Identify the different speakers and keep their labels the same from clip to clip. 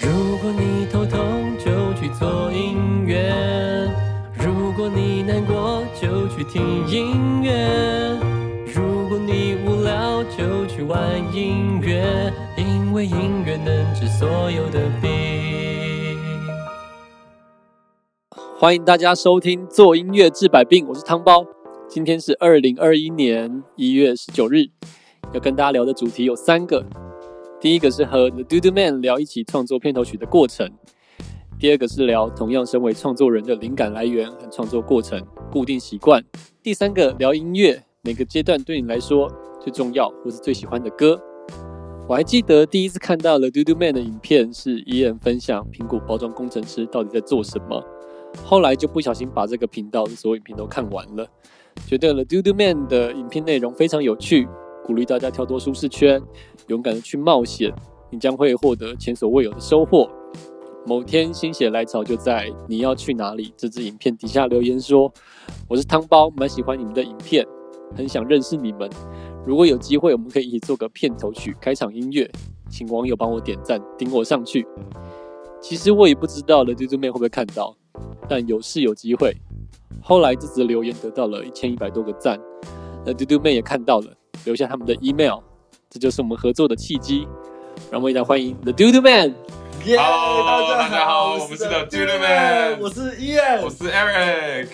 Speaker 1: 如果你头痛，就去做音乐；如果你难过，就去听音乐；如果你无聊，就去玩音乐，因为音乐能治所有的病。
Speaker 2: 欢迎大家收听《做音乐治百病》，我是汤包。今天是二零二一年一月十九日，要跟大家聊的主题有三个。第一个是和 The Dude Man 聊一起创作片头曲的过程；第二个是聊同样身为创作人的灵感来源和创作过程、固定习惯；第三个聊音乐，每个阶段对你来说最重要或是最喜欢的歌。我还记得第一次看到 The Dude Man 的影片是伊人分享苹果包装工程师到底在做什么。后来就不小心把这个频道的所有影片都看完了，觉得 The Doodle Man 的影片内容非常有趣，鼓励大家跳脱舒适圈，勇敢的去冒险，你将会获得前所未有的收获。某天心血来潮，就在“你要去哪里”这支影片底下留言说：“我是汤包，蛮喜欢你们的影片，很想认识你们。如果有机会，我们可以一起做个片头曲、开场音乐，请网友帮我点赞，顶我上去。”其实我也不知道 The Doodle Man 会不会看到，但有是有机会。后来这则留言得到了一千一百多个赞，那嘟嘟妹也看到了，留下他们的 email，这就是我们合作的契机。让我们一起来欢迎 The Doodle Man。
Speaker 3: 耶
Speaker 4: Hello，
Speaker 3: 大
Speaker 4: 大家
Speaker 3: 我
Speaker 4: 好我们是 The
Speaker 3: Dude
Speaker 4: Dude
Speaker 3: Man，
Speaker 4: Man
Speaker 3: 我是 Ian，
Speaker 4: 我是 Eric，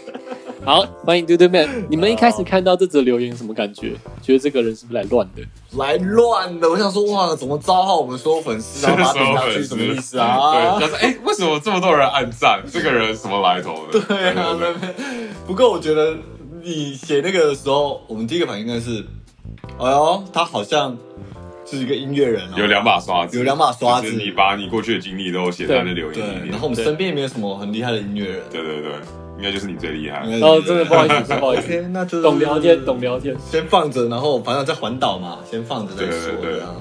Speaker 2: 好，欢迎 Doodle Man。你们一开始看到这则留言有什么感觉？觉得这个人是不是来乱的？
Speaker 3: 来乱的。我想说，哇，怎么糟蹋我们所有粉 丝，然后把它顶上去，什么意思啊
Speaker 4: 对，？但是哎，为什么这么多人暗赞？这个人什么来头的？
Speaker 3: 对啊，
Speaker 4: 对
Speaker 3: 那边。不过我觉得你写那个的时候，我们第一个反应应该是，哎呦，他好像是一个音乐人哦，
Speaker 4: 有两把刷子，
Speaker 3: 有两把刷子
Speaker 4: 就是你把你过去的经历都写在那留
Speaker 3: 对
Speaker 4: 言里，面
Speaker 3: 然。后我们
Speaker 2: 对
Speaker 3: 身边也没有什么很厉害的音乐人。
Speaker 4: 对对对，应该就是你最厉害。
Speaker 3: 应该是
Speaker 2: 哦，真的不好意思，不好 意思，
Speaker 3: OK，那就是
Speaker 2: 懂聊天，懂聊天。
Speaker 3: 先放着，然后反正在环岛嘛，先放着再说
Speaker 4: 对对对
Speaker 3: 这样。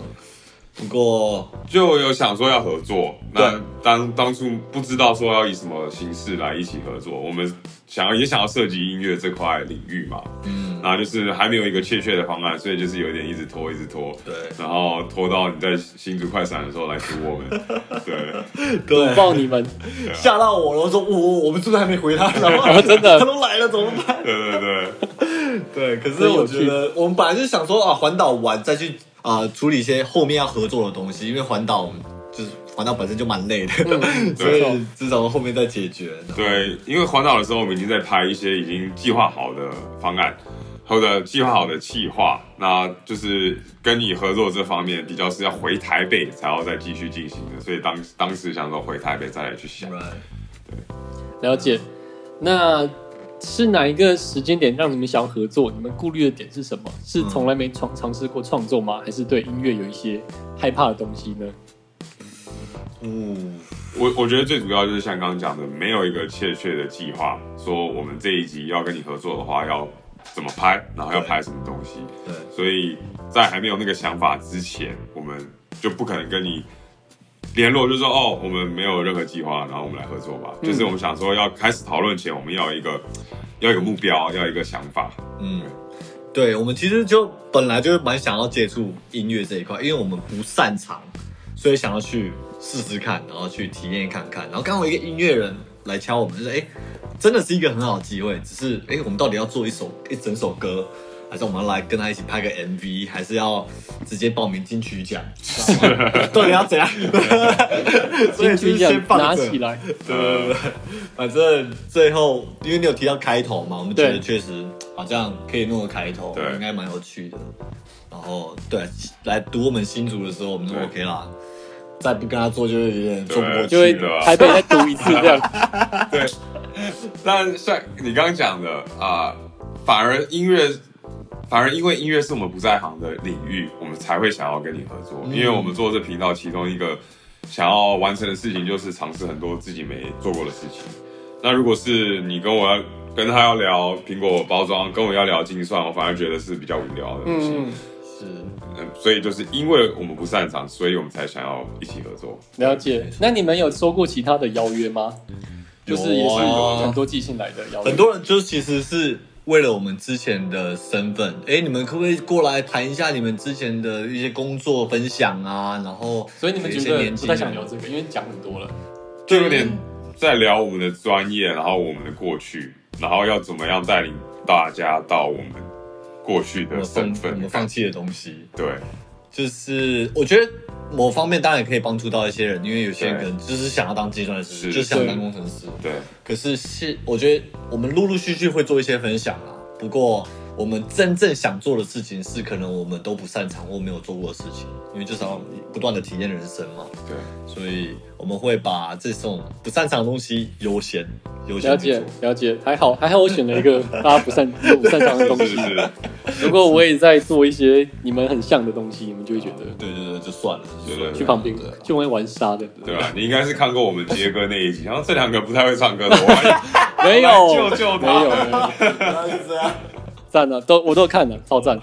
Speaker 3: 不过，
Speaker 4: 就有想说要合作，那
Speaker 3: 对
Speaker 4: 当当初不知道说要以什么形式来一起合作，我们想要也想要涉及音乐这块领域嘛，
Speaker 3: 嗯，
Speaker 4: 然后就是还没有一个确切的方案，所以就是有点一直拖，一直拖。
Speaker 3: 对
Speaker 4: 然后拖到你在新竹快闪的时候来堵我们， 对，
Speaker 3: 对，
Speaker 2: 抱你 们，
Speaker 3: 吓到我了，我说我我我们是不是还没回他？ 然
Speaker 2: 啊
Speaker 3: 后
Speaker 2: 真
Speaker 3: 他
Speaker 2: 的
Speaker 3: 都来了，怎么办？
Speaker 4: 对对对，
Speaker 3: 对，可是
Speaker 2: 真有
Speaker 3: 我
Speaker 2: 趣
Speaker 3: 觉得我们本来就想说啊，环岛完再去啊、处理一些后面要合作的东西，因为环岛我们就是环岛本身就蛮累的，
Speaker 2: 嗯
Speaker 3: 所
Speaker 4: 对
Speaker 3: 以至少后面再解决。
Speaker 4: 对，因为环岛的时候，我们已经在拍一些已经计划好的方案，或者计划好的计划，那就是跟你合作这方面比较是要回台北才要再继续进行的，所以当当时想说回台北再来去想。
Speaker 3: Right
Speaker 2: 了解。那是哪一个时间点让你们想要合作？你们顾虑的点是什么？是从来没尝尝试过创作吗？还是对音乐有一些害怕的东西呢？
Speaker 3: 嗯，
Speaker 4: 我我觉得最主要就是像刚刚讲的，没有一个确切的计划，说我们这一集要跟你合作的话要怎么拍，然后要拍什么东西。
Speaker 3: 对，
Speaker 4: 所以在还没有那个想法之前，我们就不可能跟你联络，就说哦，我们没有任何计划，然后我们来合作吧。
Speaker 2: 嗯
Speaker 4: 就是我们想说要开始讨论前，我们要有一个要有一个目标，要有一个想法。
Speaker 3: 嗯，对，我们其实就本来就是蛮想要接触音乐这一块，因为我们不擅长，所以想要去试试看，然后去体验看看。然后刚好一个音乐人来敲我们，就是哎，诶真的是一个很好的机会。只是哎，诶我们到底要做一首一整首歌，还是我们要来跟他一起拍个 MV，还是要直接报名金曲奖？ 到底要怎样？ 所以
Speaker 2: 金
Speaker 3: 就是
Speaker 2: 曲奖
Speaker 3: 先放
Speaker 2: 拿
Speaker 3: 着
Speaker 2: 起来，
Speaker 3: 对对 对，反正最后，因为你有提到开头嘛，我们觉得
Speaker 2: 对
Speaker 3: 确实好像可以弄个开头，
Speaker 4: 对
Speaker 3: 应该蛮有趣的。然后对，来读我们新组的时候，我们说
Speaker 4: 对
Speaker 3: OK 啦，再不跟他做就有点做不过
Speaker 2: 就会
Speaker 3: 去
Speaker 4: 对
Speaker 3: 了。
Speaker 4: 啊
Speaker 2: 台北再读一次这 样。
Speaker 4: 对，但像你刚刚讲的啊、反而音乐，反而因为音乐是我们不在行的领域，我们才会想要跟你合作，因为我们做这频道其中一个想要完成的事情就是尝试很多自己没做过的事情。那如果是你跟我要跟他要聊苹果包装，跟我要聊精算，我反而觉得是比较无聊的东西。
Speaker 2: 嗯，
Speaker 3: 是，
Speaker 4: 嗯所以就是因为我们不擅长，所以我们才想要一起合作。
Speaker 2: 了解。那你们有收过其他的邀约吗？就是也是
Speaker 3: 有啊
Speaker 2: 很多寄信来的邀约，
Speaker 3: 很多人就其实是为了我们之前的身份，哎，你们可不可以过来谈一下你们之前的一些工作分享啊？然后，
Speaker 2: 所以你们觉
Speaker 3: 有一些
Speaker 2: 得
Speaker 3: 年
Speaker 2: 不
Speaker 3: 轻
Speaker 2: 太
Speaker 3: 人
Speaker 2: 想聊这个，因为讲很多了。
Speaker 4: 就有点在聊我们的专业，然后我们的过去，然后要怎么样带领大家到我们过去
Speaker 3: 我
Speaker 4: 的
Speaker 3: 们
Speaker 4: 身
Speaker 3: 放我
Speaker 4: 份
Speaker 3: 们。放弃的东西，
Speaker 4: 对，
Speaker 3: 就是我觉得某方面当然也可以帮助到一些人，因为有些人可
Speaker 4: 对
Speaker 3: 能就是想要当计算师，
Speaker 4: 是
Speaker 3: 就是想当工程师。
Speaker 4: 对，
Speaker 3: 可是是我觉得我们陆陆续续会做一些分享啊，不过我们真正想做的事情是可能我们都不擅长或没有做过的事情，因为至少不断的体验人生嘛，
Speaker 4: 对，
Speaker 3: 所以我们会把这种不擅长的东西优先优
Speaker 2: 了
Speaker 3: 先去
Speaker 2: 解
Speaker 3: 做。
Speaker 2: 了解，还好还好，我选了一个大家不擅 都不擅长的东
Speaker 4: 是
Speaker 2: 西
Speaker 4: 是。 是，
Speaker 2: 如果我也在做一些你们很像的东西，你们就会觉得
Speaker 3: 对对对，就算了，就算了
Speaker 4: 对
Speaker 2: 去旁边
Speaker 3: 对啊
Speaker 2: 就会玩沙的。
Speaker 4: 对吧？你应该是看过我们杰哥那一集，然后这两个不太会唱歌的，我
Speaker 3: 啊
Speaker 2: 没有
Speaker 4: 救救
Speaker 2: 没
Speaker 4: 他
Speaker 2: 有没有。
Speaker 3: 不要一直这样。
Speaker 2: 赞了，都我都有看了，超赞。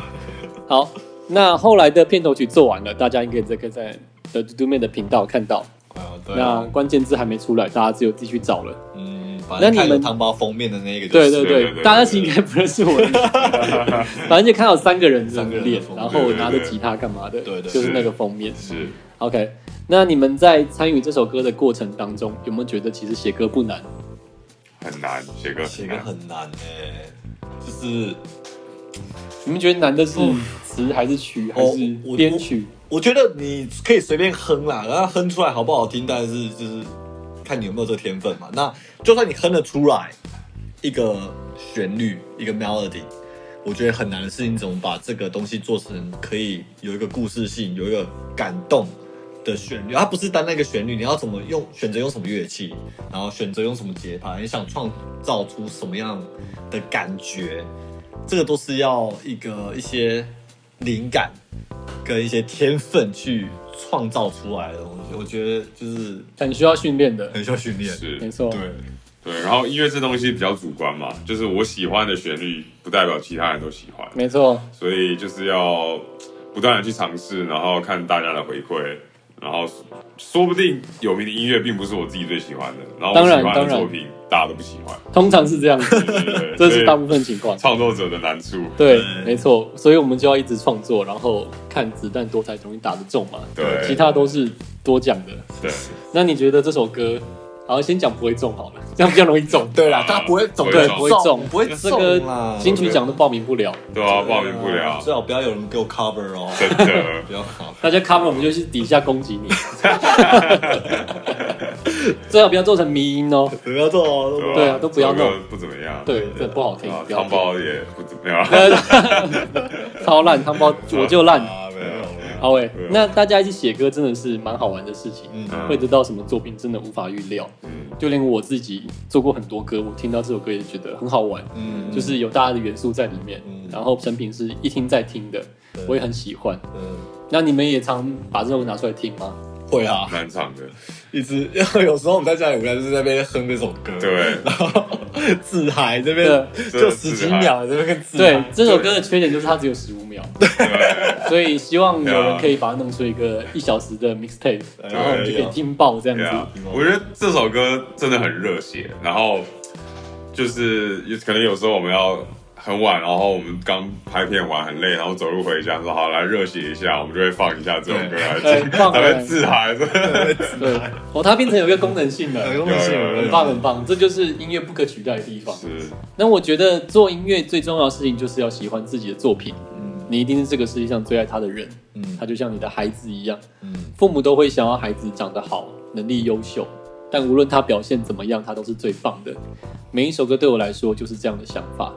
Speaker 2: 好，那后来的片头曲做完了，大家应该在可以在的 Do Man 的频道看到。
Speaker 3: 啊，对
Speaker 2: 那
Speaker 3: 啊，
Speaker 2: 关键字还没出来，大家只有自己去找了。
Speaker 3: 嗯，反正
Speaker 2: 那
Speaker 3: 看
Speaker 2: 你
Speaker 3: 有
Speaker 2: 们
Speaker 3: 汤包封面的那个、就
Speaker 2: 对对
Speaker 3: 是，
Speaker 4: 对
Speaker 2: 对
Speaker 4: 对，对
Speaker 2: 大家其实应该不认识我的，反正就看到三个人的
Speaker 3: 三个人的
Speaker 2: 脸，
Speaker 3: 封面
Speaker 2: 然后我拿着
Speaker 4: 对对对
Speaker 2: 吉他干嘛的，
Speaker 3: 对对
Speaker 2: 就是
Speaker 4: 是
Speaker 2: 那个封面。
Speaker 4: 是
Speaker 2: OK，那你们在参与这首歌的过程当中，有没有觉得其实写歌不难？
Speaker 4: 很难，杰哥
Speaker 3: 写
Speaker 4: 很
Speaker 3: 歌
Speaker 4: 难。
Speaker 3: 很难哎、就是
Speaker 2: 你们觉得难的是词还是曲还是
Speaker 3: 哦我
Speaker 2: 编曲？
Speaker 3: 我觉得你可以随便哼啦，然后哼出来好不好听，但是就是看你有没有这天分嘛。那就算你哼得出来一个旋律，一个 melody，我觉得很难的是你怎么把这个东西做成可以有一个故事性，有一个感动的旋律。它不是单那个旋律，你要怎么用选择用什么乐器，然后选择用什么节拍，你想创造出什么样的感觉，这个都是要一个一些灵感跟一些天分去创造出来的东西。我觉得就是
Speaker 2: 很需要训练的，
Speaker 3: 很需要训练，
Speaker 4: 是
Speaker 2: 没错。
Speaker 3: 对。
Speaker 4: 对，然后音乐这东西比较主观嘛，就是我喜欢的旋律，不代表其他人都喜欢，
Speaker 2: 没错，
Speaker 4: 所以就是要不断的去尝试，然后看大家的回馈，然后说不定有名的音乐并不是我自己最喜欢的，然后我
Speaker 2: 当然
Speaker 4: 喜欢
Speaker 2: 当
Speaker 4: 的
Speaker 2: 然
Speaker 4: 作品大家都不喜欢，
Speaker 2: 通常是这样 子，
Speaker 4: 对对对
Speaker 2: 这是
Speaker 4: 所以
Speaker 2: 大部分情 况。
Speaker 4: 创作者的难处。
Speaker 2: 对，
Speaker 3: 对。
Speaker 2: 没错，所以我们就要一直创作，然后看子弹多才容易打得中嘛。
Speaker 4: 对
Speaker 2: 其他都是多讲的。
Speaker 4: 对，
Speaker 2: 那你觉得这首歌，好，先讲不会中好了，这样比较容易中
Speaker 3: 对啦，
Speaker 4: 啊
Speaker 3: 他不会总
Speaker 4: 对
Speaker 2: 不会中
Speaker 3: 不会
Speaker 2: 这
Speaker 3: 中啦
Speaker 2: 个。金曲奖都报名不了，
Speaker 4: 对啊，报名不了，
Speaker 3: 最好不要有人给我 cover 哦，
Speaker 4: 真的
Speaker 3: 不要 cover。
Speaker 2: 大家 cover 我们就是底下攻击你，最好不要做成迷音哦。
Speaker 3: 不要做哦，
Speaker 4: 对啊
Speaker 2: 对啊都不要弄，
Speaker 4: 这首歌不怎么样。
Speaker 2: 对，这不好听
Speaker 4: 啊，，
Speaker 2: 不要
Speaker 4: 汤
Speaker 2: 听。
Speaker 4: 包也不怎么样。
Speaker 2: 超烂，汤包我就烂。
Speaker 3: 啊，没有没有，
Speaker 2: 好诶、
Speaker 4: 对啊
Speaker 2: 那大家一起写歌真的是蛮好玩的事情，
Speaker 3: 嗯
Speaker 2: 会得到什么作品真的无法预料。
Speaker 4: 嗯
Speaker 2: 就连我自己做过很多歌，我听到这首歌也觉得很好玩，
Speaker 3: 嗯
Speaker 2: 就是有大家的元素在里面。
Speaker 3: 嗯
Speaker 2: 然后成品是一听再听的，我也很喜欢。
Speaker 3: 嗯
Speaker 2: 那你们也常把这首歌拿出来听吗？
Speaker 3: 会啊，
Speaker 4: 难唱的，
Speaker 3: 一直 有时候我们在家里无聊，就是在那边哼这首歌，，
Speaker 4: 对，
Speaker 3: 然后 自嗨这边就十几秒，这边跟自
Speaker 2: 对
Speaker 3: 嗨，，
Speaker 2: 这首歌的缺点就是它只有十五秒，
Speaker 4: 对，
Speaker 2: 所以希望有
Speaker 4: 对
Speaker 2: 人
Speaker 4: 啊
Speaker 2: 可以把它弄出一个一小时的 mixtape，
Speaker 3: 对
Speaker 2: 然后我们就可以听爆这样
Speaker 4: 对啊
Speaker 2: 子。，
Speaker 4: 我觉得这首歌真的很热血，然后就是有可能有时候我们要很晚，然后我们刚拍片完很累，然后走路回家说好来热血一下，我们就会放一下这首歌来
Speaker 2: 对
Speaker 4: 听，
Speaker 2: 放
Speaker 4: 才会自嗨。
Speaker 2: 对，哦，它变成有一个功能性
Speaker 3: 很
Speaker 2: 的，
Speaker 3: 有性，
Speaker 4: 有有有
Speaker 2: 很棒很棒，这就是音乐不可取代的地方。
Speaker 4: 是，
Speaker 2: 那我觉得做音乐最重要的事情就是要喜欢自己的作品，
Speaker 3: 嗯
Speaker 2: 你一定是这个世界上最爱他的人，
Speaker 3: 嗯
Speaker 2: 他就像你的孩子一样，
Speaker 3: 嗯，
Speaker 2: 父母都会想要孩子长得好，能力优秀，但无论他表现怎么样，他都是最棒的。每一首歌对我来说就是这样的想法，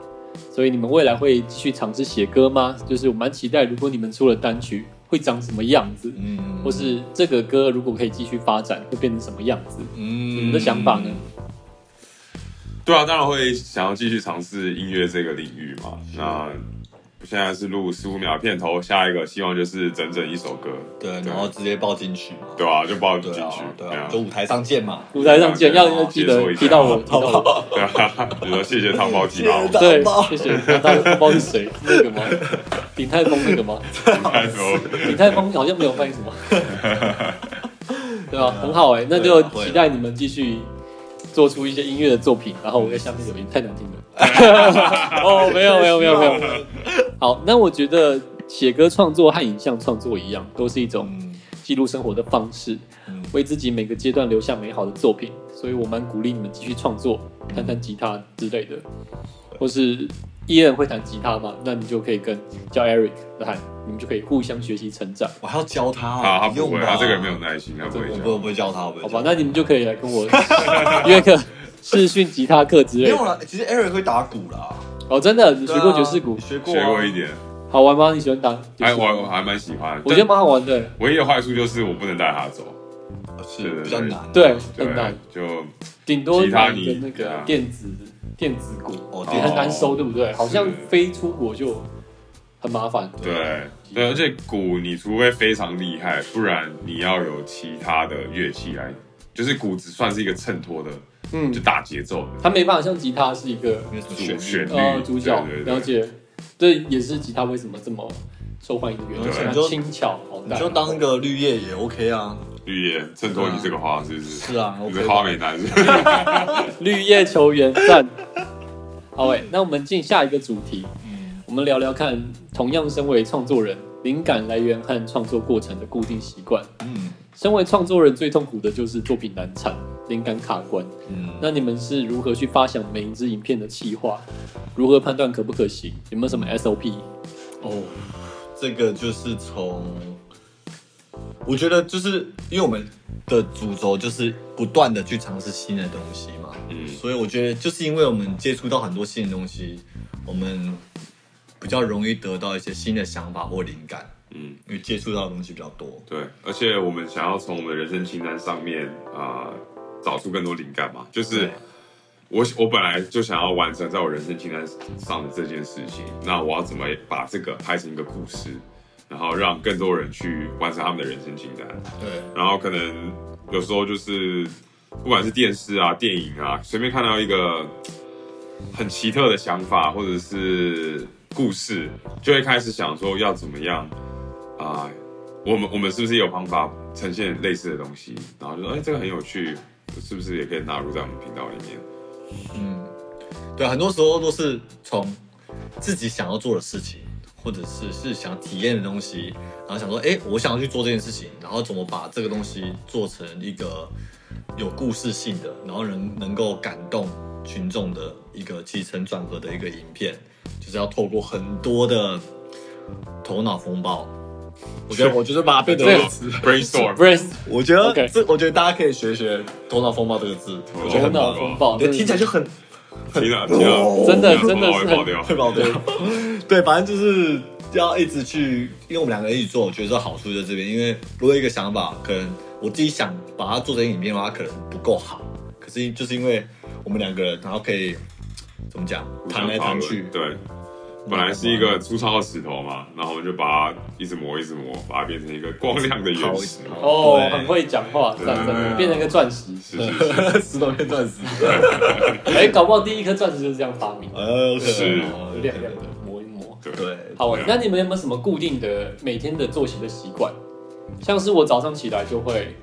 Speaker 2: 所以你们未来会继续尝试写歌吗？就是我蛮期待，如果你们出了单曲，会长什么样子，
Speaker 3: 嗯
Speaker 2: 或是这个歌如果可以继续发展，会变成什么样子？
Speaker 3: 你
Speaker 2: 你们的想法呢？
Speaker 4: 对啊，当然会想要继续尝试音乐这个领域嘛。那现在是录十五秒片头，下一个希望就是整整一首歌，
Speaker 3: 对，然后直接报进去嘛，
Speaker 4: 对吧、就报进
Speaker 3: 对
Speaker 4: 去
Speaker 3: 啊，，对
Speaker 4: 对
Speaker 3: 啊
Speaker 4: 啊，
Speaker 3: 就舞台上见嘛，
Speaker 2: 舞台上见，要记
Speaker 4: 解
Speaker 2: 得
Speaker 4: 说一下
Speaker 2: 提到我，提到我。
Speaker 4: 对啊， 比如说谢谢汤包鸡 毛，
Speaker 3: 谢
Speaker 2: 对
Speaker 3: 包，
Speaker 2: 谢谢。那他的红包是谁？是那个吗？ 鼎泰丰那个 吗？
Speaker 4: 太多。
Speaker 2: 鼎泰丰好像没有翻译什么。 对吧、很好哎、那
Speaker 3: 对
Speaker 2: 就
Speaker 3: 啊会啊
Speaker 2: 期待你们继续做出一些音乐的作品，然后我在下面留言，太难听了。 哦，没有没有没有没有。好，那我觉得写歌创作和影像创作一样，都是一种
Speaker 3: 嗯
Speaker 2: 记录生活的方式，
Speaker 3: 嗯
Speaker 2: 为自己每个阶段留下美好的作品。所以我蛮鼓励你们继续创作，弹弹吉他之类的，或是伊人会弹吉他嘛，那你就可以跟叫 Eric 来，你们就可以互相学习成长。
Speaker 3: 我还要教他啊，
Speaker 4: 好，他不
Speaker 3: 用
Speaker 4: 会，
Speaker 3: 吧
Speaker 4: 他这个人没有耐心，他不会
Speaker 3: 我
Speaker 4: 讲
Speaker 3: 不。我不会教他，我不会
Speaker 2: 好
Speaker 3: 教他
Speaker 4: 嗯
Speaker 2: 吧，那你们就可以来跟我 约个视讯吉他课之
Speaker 3: 没
Speaker 2: 类
Speaker 3: 有
Speaker 2: 的。
Speaker 3: 啦，其实 Eric 会打鼓啦，
Speaker 2: 哦，真的，你学过
Speaker 3: 对啊
Speaker 2: 爵士鼓
Speaker 3: 你，学过啊
Speaker 4: 学过一点，
Speaker 2: 好玩吗？你喜欢打？爵
Speaker 4: 哎，
Speaker 2: 士鼓
Speaker 4: 我我还蛮喜欢。
Speaker 2: 我觉得
Speaker 4: 但
Speaker 2: 蛮好玩的，
Speaker 4: 唯一的坏处就是我不能带他走，对
Speaker 3: 是
Speaker 4: 对
Speaker 3: 比较
Speaker 4: 对
Speaker 3: 难，
Speaker 2: 对，
Speaker 4: 对
Speaker 2: 很难，，
Speaker 4: 就
Speaker 2: 顶多
Speaker 4: 吉他
Speaker 2: 拿
Speaker 4: 你
Speaker 2: 个那
Speaker 4: 对
Speaker 2: 个
Speaker 4: 啊
Speaker 2: 电子电子鼓
Speaker 3: 哦
Speaker 2: 也很难收，
Speaker 4: 哦
Speaker 2: 对不对？好像飞出国就很麻烦。
Speaker 4: 对对，而且鼓你除非非常厉害，不然你要有其他的乐器来，就是鼓只算是一个衬托的，
Speaker 2: 嗯
Speaker 4: 就，打节奏的
Speaker 2: 它没办法像吉他是一个
Speaker 3: 没有什么
Speaker 4: 主
Speaker 3: 旋
Speaker 4: 旋
Speaker 3: 律，
Speaker 2: 呃
Speaker 4: 律。
Speaker 2: 主角
Speaker 4: 对，
Speaker 2: 了
Speaker 4: 对对，
Speaker 2: 解，这也是吉他为什么这么受欢迎的原因，
Speaker 3: 对
Speaker 2: 它
Speaker 3: 你就
Speaker 2: 轻巧好
Speaker 3: 你
Speaker 2: 带
Speaker 3: 就。当个绿叶也 OK 啊，
Speaker 4: 绿叶衬托你这个花是不是？
Speaker 3: 是啊
Speaker 4: 你
Speaker 3: ，OK
Speaker 4: 是
Speaker 3: 吧
Speaker 4: 花美男是不是。
Speaker 2: 绿叶球员 赞。好诶，那我们进下一个主题，
Speaker 3: 嗯
Speaker 2: 我们聊聊看，同样身为创作人，灵感来源和创作过程的固定习惯。
Speaker 3: 嗯
Speaker 2: 身为创作人，最痛苦的就是作品难产、灵感卡关。
Speaker 3: 嗯，
Speaker 2: 那你们是如何去发想每一支影片的企划？如何判断可不可行？有没有什
Speaker 3: 嗯
Speaker 2: 么 SOP？
Speaker 3: 哦，这个就是从，我觉得就是因为我们的主轴就是不断的去尝试新的东西嘛，
Speaker 4: 嗯
Speaker 3: 所以我觉得就是因为我们接触到很多新的东西，我们比较容易得到一些新的想法或灵感，
Speaker 4: 嗯，
Speaker 3: 因为接触到的东西比较多。
Speaker 4: 对，而且我们想要从我们的人生清单上面啊、呃找出更多灵感嘛，就是
Speaker 3: 对
Speaker 4: 我我本来就想要完成在我人生清单上的这件事情，那我要怎么把这个拍成一个故事，然后让更多人去完成他们的人生清单，
Speaker 3: 对，
Speaker 4: 然后可能有时候就是不管是电视啊、电影啊，随便看到一个很奇特的想法或者是故事，就会开始想说要怎么样啊、我们我们是不是有方法呈现类似的东西？然后就说，哎、这个很有趣，是不是也可以纳入在我们频道里面？
Speaker 3: 嗯，对，很多时候都是从自己想要做的事情，或者是是想体验的东西，然后想说，哎，我想要去做这件事情，然后怎么把这个东西做成一个有故事性的，然后能能够感动群众的一个起承转合的一个影片，就是要透过很多的头脑风暴。我觉得，我就是把它变得
Speaker 2: 这
Speaker 3: 有
Speaker 2: 个
Speaker 3: 词。
Speaker 2: 不
Speaker 4: brainstorm，
Speaker 2: 然
Speaker 3: 我觉得
Speaker 2: OK
Speaker 3: 这，我觉得大家可以学学“头脑风暴”这个字，我
Speaker 2: 头
Speaker 3: 觉得哦很
Speaker 2: 脑
Speaker 3: 棒。
Speaker 2: 风暴，
Speaker 3: 对，听起来就很
Speaker 4: 听啊了听了，
Speaker 2: 真的
Speaker 4: 听了
Speaker 2: 真的
Speaker 4: 我
Speaker 2: 是
Speaker 4: 会爆 掉
Speaker 3: 退保对，对，反正就是要一直去，因为我们两个一起做，我觉得好处在这边。因为如果一个想法，可能我自己想把它做成影片的话，它可能不够好。可是就是因为我们两个人，然后可以怎么讲，谈来谈去，
Speaker 4: 对。本来是一个粗糙的石头嘛，然后我们就把它一直磨，一直磨，把它变成一个光亮的
Speaker 3: 好
Speaker 4: 原石。
Speaker 2: 哦，
Speaker 3: 对啊
Speaker 2: 很会讲话，赞赞
Speaker 4: 对
Speaker 2: 赞，变成一个钻石。
Speaker 4: 是是是，
Speaker 3: 石头变钻石，
Speaker 2: 哎，搞不好第一颗钻石就是这样发明，
Speaker 3: 呃，有可能
Speaker 4: 是
Speaker 3: 有可能
Speaker 2: 亮亮的磨一磨。
Speaker 3: 对，
Speaker 2: 好
Speaker 4: 对，啊
Speaker 2: 那你们有没有什么固定的每天的作息的习惯？像是我早上起来就会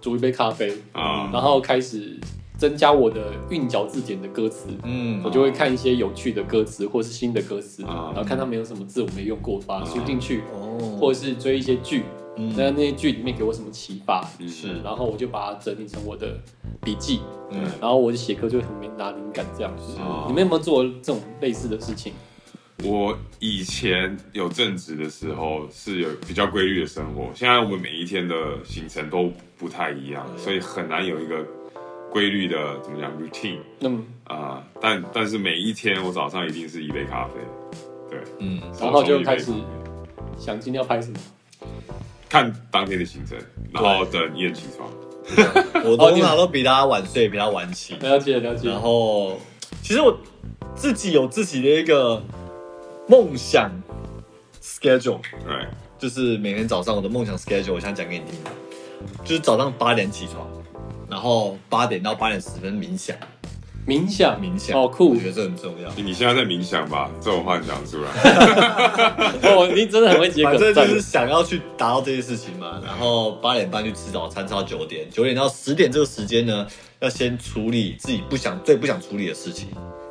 Speaker 2: 煮一杯咖啡，
Speaker 4: 啊，
Speaker 2: 然后开始增加我的韵脚字典的歌词，
Speaker 3: 嗯
Speaker 2: 我，就会看一些有趣的歌词或是新的歌词，
Speaker 4: 啊
Speaker 2: 然后看他们有什么字我没用过，把它输进去，
Speaker 3: 哦
Speaker 2: 或者是追一些剧，那
Speaker 3: 嗯，
Speaker 2: 那些剧里面给我什么启发，
Speaker 4: 嗯
Speaker 3: 是
Speaker 2: 然后我就把它整理成我的笔记，
Speaker 3: 嗯
Speaker 2: 然后我就写歌就很没拿灵感这样子。
Speaker 4: 啊
Speaker 2: 你们有没有做这种类似的事情？
Speaker 4: 我以前有正职的时候是有比较规律的生活，现在我们每一天的行程都不太一
Speaker 2: 嗯
Speaker 4: 样，所以很难有一个规律的怎么讲 routine
Speaker 2: 那么，
Speaker 4: 啊、但但是每一天我早上一定是一杯咖啡，对，
Speaker 3: 嗯，
Speaker 2: 然后
Speaker 4: 早上一
Speaker 2: 就
Speaker 4: 杯
Speaker 2: 开始
Speaker 4: 咖啡
Speaker 2: 想今天要拍什么。
Speaker 4: 看当天的行程，然后等一人起床。
Speaker 3: 我
Speaker 2: 哦
Speaker 3: 通常都比大家晚睡，比他晚起，
Speaker 2: 了解了解
Speaker 3: 然，后，其实我自己有自己的一个梦想 schedule，
Speaker 4: 对，
Speaker 3: 就是每天早上我的梦想 schedule，我想讲给你听，就是早上八点起床，然后八点到八点十分冥想，
Speaker 2: 冥想
Speaker 3: 冥想，
Speaker 2: 好
Speaker 3: 我
Speaker 2: 酷
Speaker 3: 觉得这很重要。
Speaker 4: 你现在在冥想吧？这我幻想出来。
Speaker 2: 哦！你真的很会接
Speaker 3: 反
Speaker 2: 梗，
Speaker 3: 正
Speaker 2: 赞
Speaker 3: 就是想要去达到这些事情嘛，然后八点半去吃早餐，吃到九点，九点到十点这个时间呢，要先处理自己不想最不想处理的事情，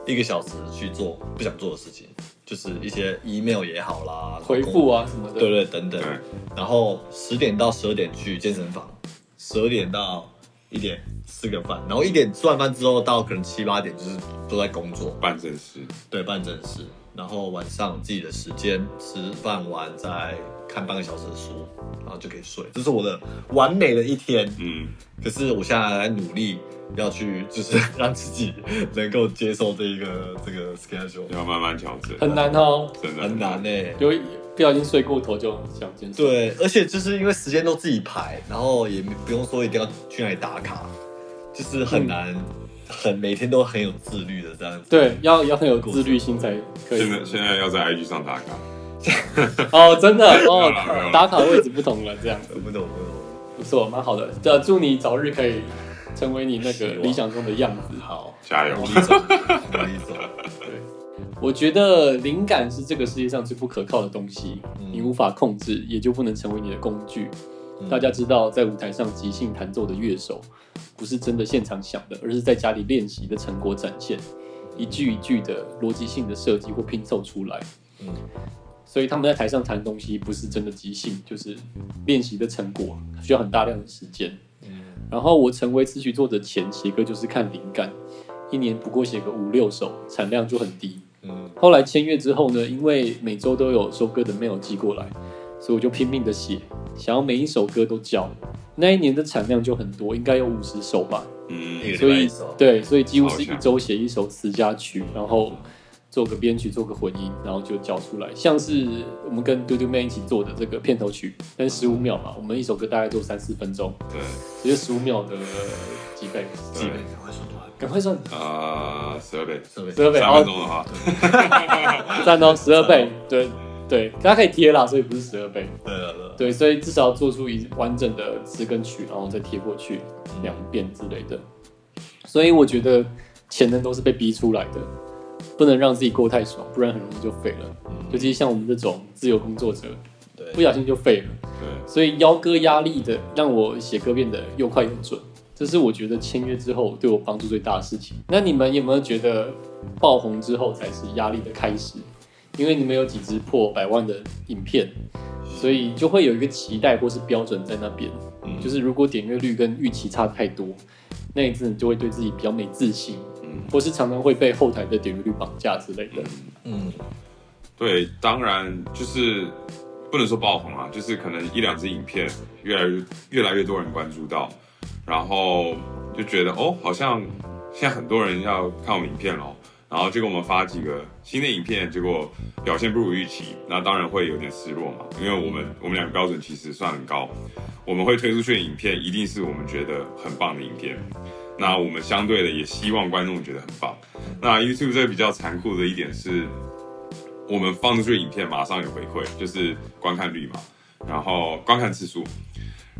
Speaker 3: 一个小时去做不想做的事情，就是一些 email 也好啦，
Speaker 2: 回复啊什么的。
Speaker 3: 对对等等
Speaker 4: 对。
Speaker 3: 然后十点到十二点去健身房，十二点到一点吃个饭，然后一点吃完饭之后到可能七八点就是都在工作，
Speaker 4: 办正事，
Speaker 3: 对，办正事。然后晚上自己的时间吃饭完再看半个小时的书，然后就可以睡。这是我的完美的一天。
Speaker 4: 嗯，
Speaker 3: 可是我现在还在努力要去，就是让自己能够接受这一个这个 schedule，
Speaker 4: 要慢慢调整，
Speaker 2: 很，难哦，
Speaker 4: 真的
Speaker 3: 很难呢、
Speaker 2: 有一不小心睡过头就想健身。
Speaker 3: 对，而且就是因为时间都自己排，然后也没不用说一定要去哪里打卡，就是很难，很每天都很有自律的这样子。
Speaker 2: 对，要要很有自律心才可以
Speaker 4: 现。在现在要在 IG 上打卡，
Speaker 2: 哦，真的哦
Speaker 4: 没有啦没有，啦
Speaker 2: 打卡位置不同了，这样
Speaker 3: 我不懂，我不懂。
Speaker 2: 不错，蛮好的。对啊，祝你早日可以成为你那
Speaker 3: 希
Speaker 2: 个
Speaker 3: 望
Speaker 2: 理想中的样子。
Speaker 3: 好，
Speaker 4: 加油
Speaker 3: 努！力走，努力 走。
Speaker 2: 我觉得灵感是这个世界上最不可靠的东西，
Speaker 3: 嗯
Speaker 2: 你无法控制，也就不能成为你的工具。
Speaker 3: 嗯
Speaker 2: 大家知道，在舞台上即兴弹奏的乐手，不是真的现场想的，而是在家里练习的成果展现，一句一句的逻辑性的设计或拼凑出来。
Speaker 3: 嗯
Speaker 2: 所以他们在台上弹东西不是真的即兴，就是练习的成果，需要很大量的时间。
Speaker 3: 嗯
Speaker 2: 然后我成为词曲作者前写歌就是看灵感，一年不过写个五六首，产量就很低。
Speaker 3: 嗯
Speaker 2: 后来签约之后呢，因为每周都有收歌的 mail 寄过来，所以我就拼命的写，想要每一首歌都交。那一年的产量就很多，应该有五十首吧，
Speaker 3: 一
Speaker 4: 嗯
Speaker 3: 个，
Speaker 2: 所
Speaker 3: 礼拜一
Speaker 2: 以
Speaker 3: 首
Speaker 2: 对，所以几乎是
Speaker 4: 好
Speaker 2: 一
Speaker 4: 像
Speaker 2: 周写一首词加曲，然后做个编曲，做个混音，然后就交出来。像是我们跟嘟嘟妹一起做的这个片头曲，但十五秒嘛，我们一首歌大概做三四分钟，
Speaker 4: 对，
Speaker 2: 也就十五秒的几倍，
Speaker 3: 记得赶快说出来，
Speaker 2: 赶快算
Speaker 4: 呃，十二倍，
Speaker 3: 设备
Speaker 2: 十二倍，
Speaker 4: 三
Speaker 2: 好
Speaker 4: 分，钟的话，
Speaker 2: 赞哦，十二倍，对对，大家可以贴啦，所以不是十二倍。
Speaker 3: 对啊了对了，
Speaker 2: 对，所以至少做出一完整的词跟曲，然后再贴过去
Speaker 3: 嗯
Speaker 2: 两遍之类的。所以我觉得潜能都是被逼出来的，不能让自己过太爽，不然很容易就废了。尤其像我们这种自由工作者，
Speaker 3: 对
Speaker 2: 不小心就废了。
Speaker 4: 对，
Speaker 2: 所以邀歌压力的，让我写歌变得又快又准，这是我觉得签约之后对我帮助最大的事情。那你们有没有觉得爆红之后才是压力的开始？因为你们有几支破百万的影片，所以就会有一个期待或是标准在那边。
Speaker 4: 嗯
Speaker 2: 就是如果点阅率跟预期差太多，那一次你就会对自己比较没自信，
Speaker 4: 嗯
Speaker 2: 或是常常会被后台的点阅率绑架之类的。
Speaker 3: 嗯
Speaker 4: 对，当然就是不能说爆红啊，就是可能一两支影片越来越越来越多人关注到，然后就觉得哦，好像现在很多人要看我们影片咯，然后就给我们发几个新的影片，结果表现不如预期，那当然会有点失落嘛，因为我们我们两个标准其实算很高，我们会推出去的影片一定是我们觉得很棒的影片，那我们相对的也希望观众觉得很棒。那 YouTube 这个比较残酷的一点是，我们放出去的影片马上有回馈，就是观看率嘛，然后观看次数。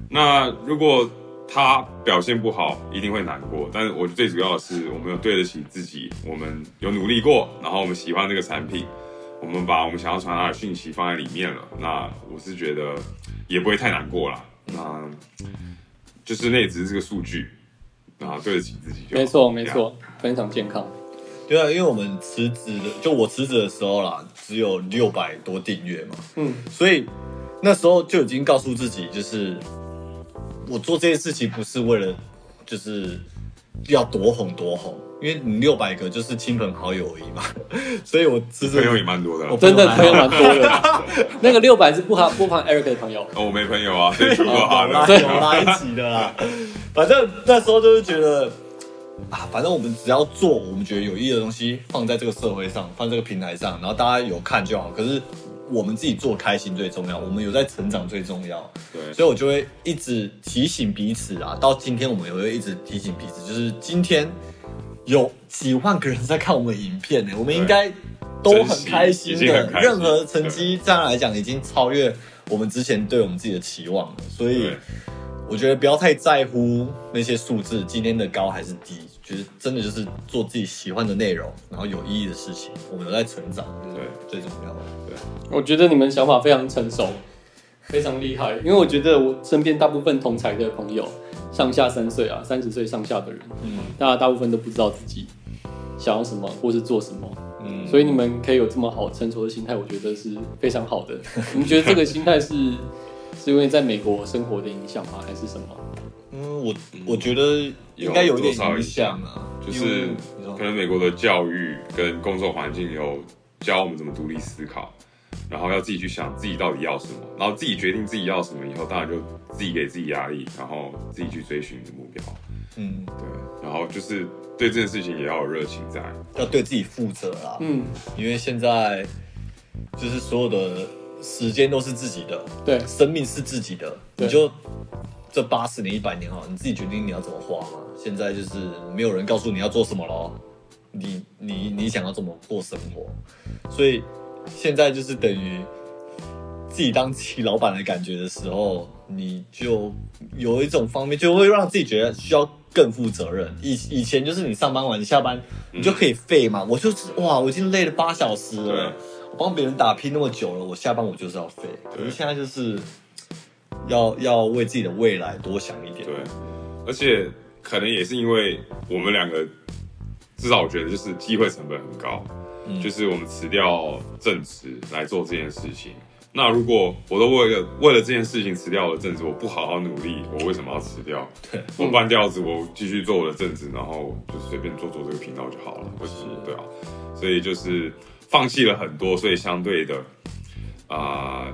Speaker 4: 那如果他表现不好，一定会难过。但是我觉得最主要的是，我们有对得起自己，我们有努力过，然后我们喜欢这个产品，我们把我们想要传达的讯息放在里面了。那我是觉得也不会太难过啦。那就是那也只是个数据，啊，对得起自己就好。
Speaker 2: 没错，没
Speaker 4: 这样
Speaker 2: 错，非常健康。
Speaker 3: 对啊，因为我们辞职的，就我辞职的时候啦，只有六百多订阅嘛，
Speaker 2: 嗯，
Speaker 3: 所以那时候就已经告诉自己，就是我做这些事情不是为了就是要多红多红，因为你六百个就是亲朋好友而已嘛， 所以我辞职
Speaker 4: 朋友也蛮多的啦
Speaker 3: 我。
Speaker 2: 真的朋友蛮多的。那个六百是不含不含 Eric 的朋友，
Speaker 4: 哦，我没朋友啊，所以如果 好
Speaker 3: 有啦
Speaker 4: 了，
Speaker 3: 有啦一起的啦，反正那时候就是觉得。啊，反正我们只要做我们觉得有意义的东西，放在这个社会上，放在这个平台上，然后大家有看就好。可是我们自己做开心最重要，我们有在成长最重要。
Speaker 4: 对，
Speaker 3: 所以我就会一直提醒彼此啊，到今天我们也会一直提醒彼此，就是今天有几万个人在看我们影片呢、我们应该都很开心
Speaker 4: 珍惜已经
Speaker 3: 的
Speaker 4: 很，开心
Speaker 3: 任何成绩这样来讲已经超越我们之前对我们自己的期望了，所以
Speaker 4: 对。
Speaker 3: 我觉得不要太在乎那些数字，今天的高还是低，就是真的就是做自己喜欢的内容，然后有意义的事情，我们有在成长，
Speaker 4: 对，
Speaker 3: 最重要的。
Speaker 2: 我觉得你们想法非常成熟，非常厉害。因为我觉得我身边大部分同才的朋友，上下三岁啊，三十岁上下的人，
Speaker 3: 嗯，
Speaker 2: 大家大部分都不知道自己想要什么或是做什么。
Speaker 3: 嗯
Speaker 2: 所以你们可以有这么好成熟的心态，我觉得是非常好的。你们觉得这个心态是 是因为在美国生活的影响吗，还是什么？
Speaker 3: 嗯，我我觉得应该有一点影响啊，
Speaker 4: 就是
Speaker 3: 因为你说
Speaker 4: 可能美国的教育跟工作环境有教我们怎么独立思考，然后要自己去想自己到底要什么，然后自己决定自己要什么以后，当然就自己给自己压力，然后自己去追寻你的目标。
Speaker 3: 嗯，
Speaker 4: 对，然后就是对这件事情也要有热情在。
Speaker 3: 要对自己负责啦，
Speaker 2: 嗯，
Speaker 3: 因为现在就是所有的时间都是自己的，
Speaker 2: 对，
Speaker 3: 生命是自己的，
Speaker 2: 对
Speaker 3: 你就这八十年、一百年哈，啊你自己决定你要怎么花嘛。现在就是没有人告诉你要做什么咯，你你你想要怎么过生活，所以现在就是等于自己当自己老板的感觉的时候，你就有一种方面就会让自己觉得需要。更负责任，以以前就是你上班完，你下班你就可以废嘛。我就是哇，我已经累了八小时了
Speaker 4: 嗯对，
Speaker 3: 我帮别人打拼那么久了，我下班我就是要废。可
Speaker 4: 对
Speaker 3: 是现在就是要要为自己的未来多想一点。
Speaker 4: 对，而且可能也是因为我们两个，至少我觉得就是机会成本很高，
Speaker 3: 嗯
Speaker 4: 就是我们辞掉正职来做这件事情。那如果我都为了为了这件事情辞掉我的正职，我不好好努力，我为什么要辞掉？
Speaker 3: 对
Speaker 4: 我半吊子，我继续做我的正职，然后就随便做做这个频道就好了。我是对啊，所以就是放弃了很多，所以相对的啊、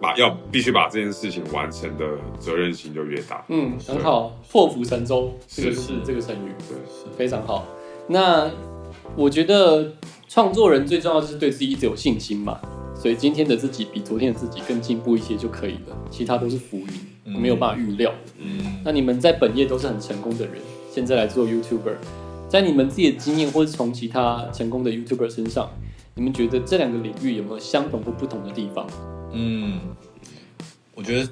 Speaker 4: 把要必须把这件事情完成的责任心就越大。
Speaker 2: 嗯，很好，破釜沉舟，这个
Speaker 4: 是
Speaker 2: 是这个成语，
Speaker 4: 对，
Speaker 2: 非常好。那我觉得创作人最重要就是对自己一直有信心嘛，所以今天的自己比昨天的自己更进步一些就可以了，其他都是浮云，
Speaker 3: 嗯
Speaker 2: 没有办法预料。
Speaker 3: 嗯，
Speaker 2: 那你们在本业都是很成功的人，现在来做 YouTuber，在你们自己的经验或是从其他成功的 YouTuber 身上，你们觉得这两个领域有没有相同或不同的地方？
Speaker 3: 嗯，我觉得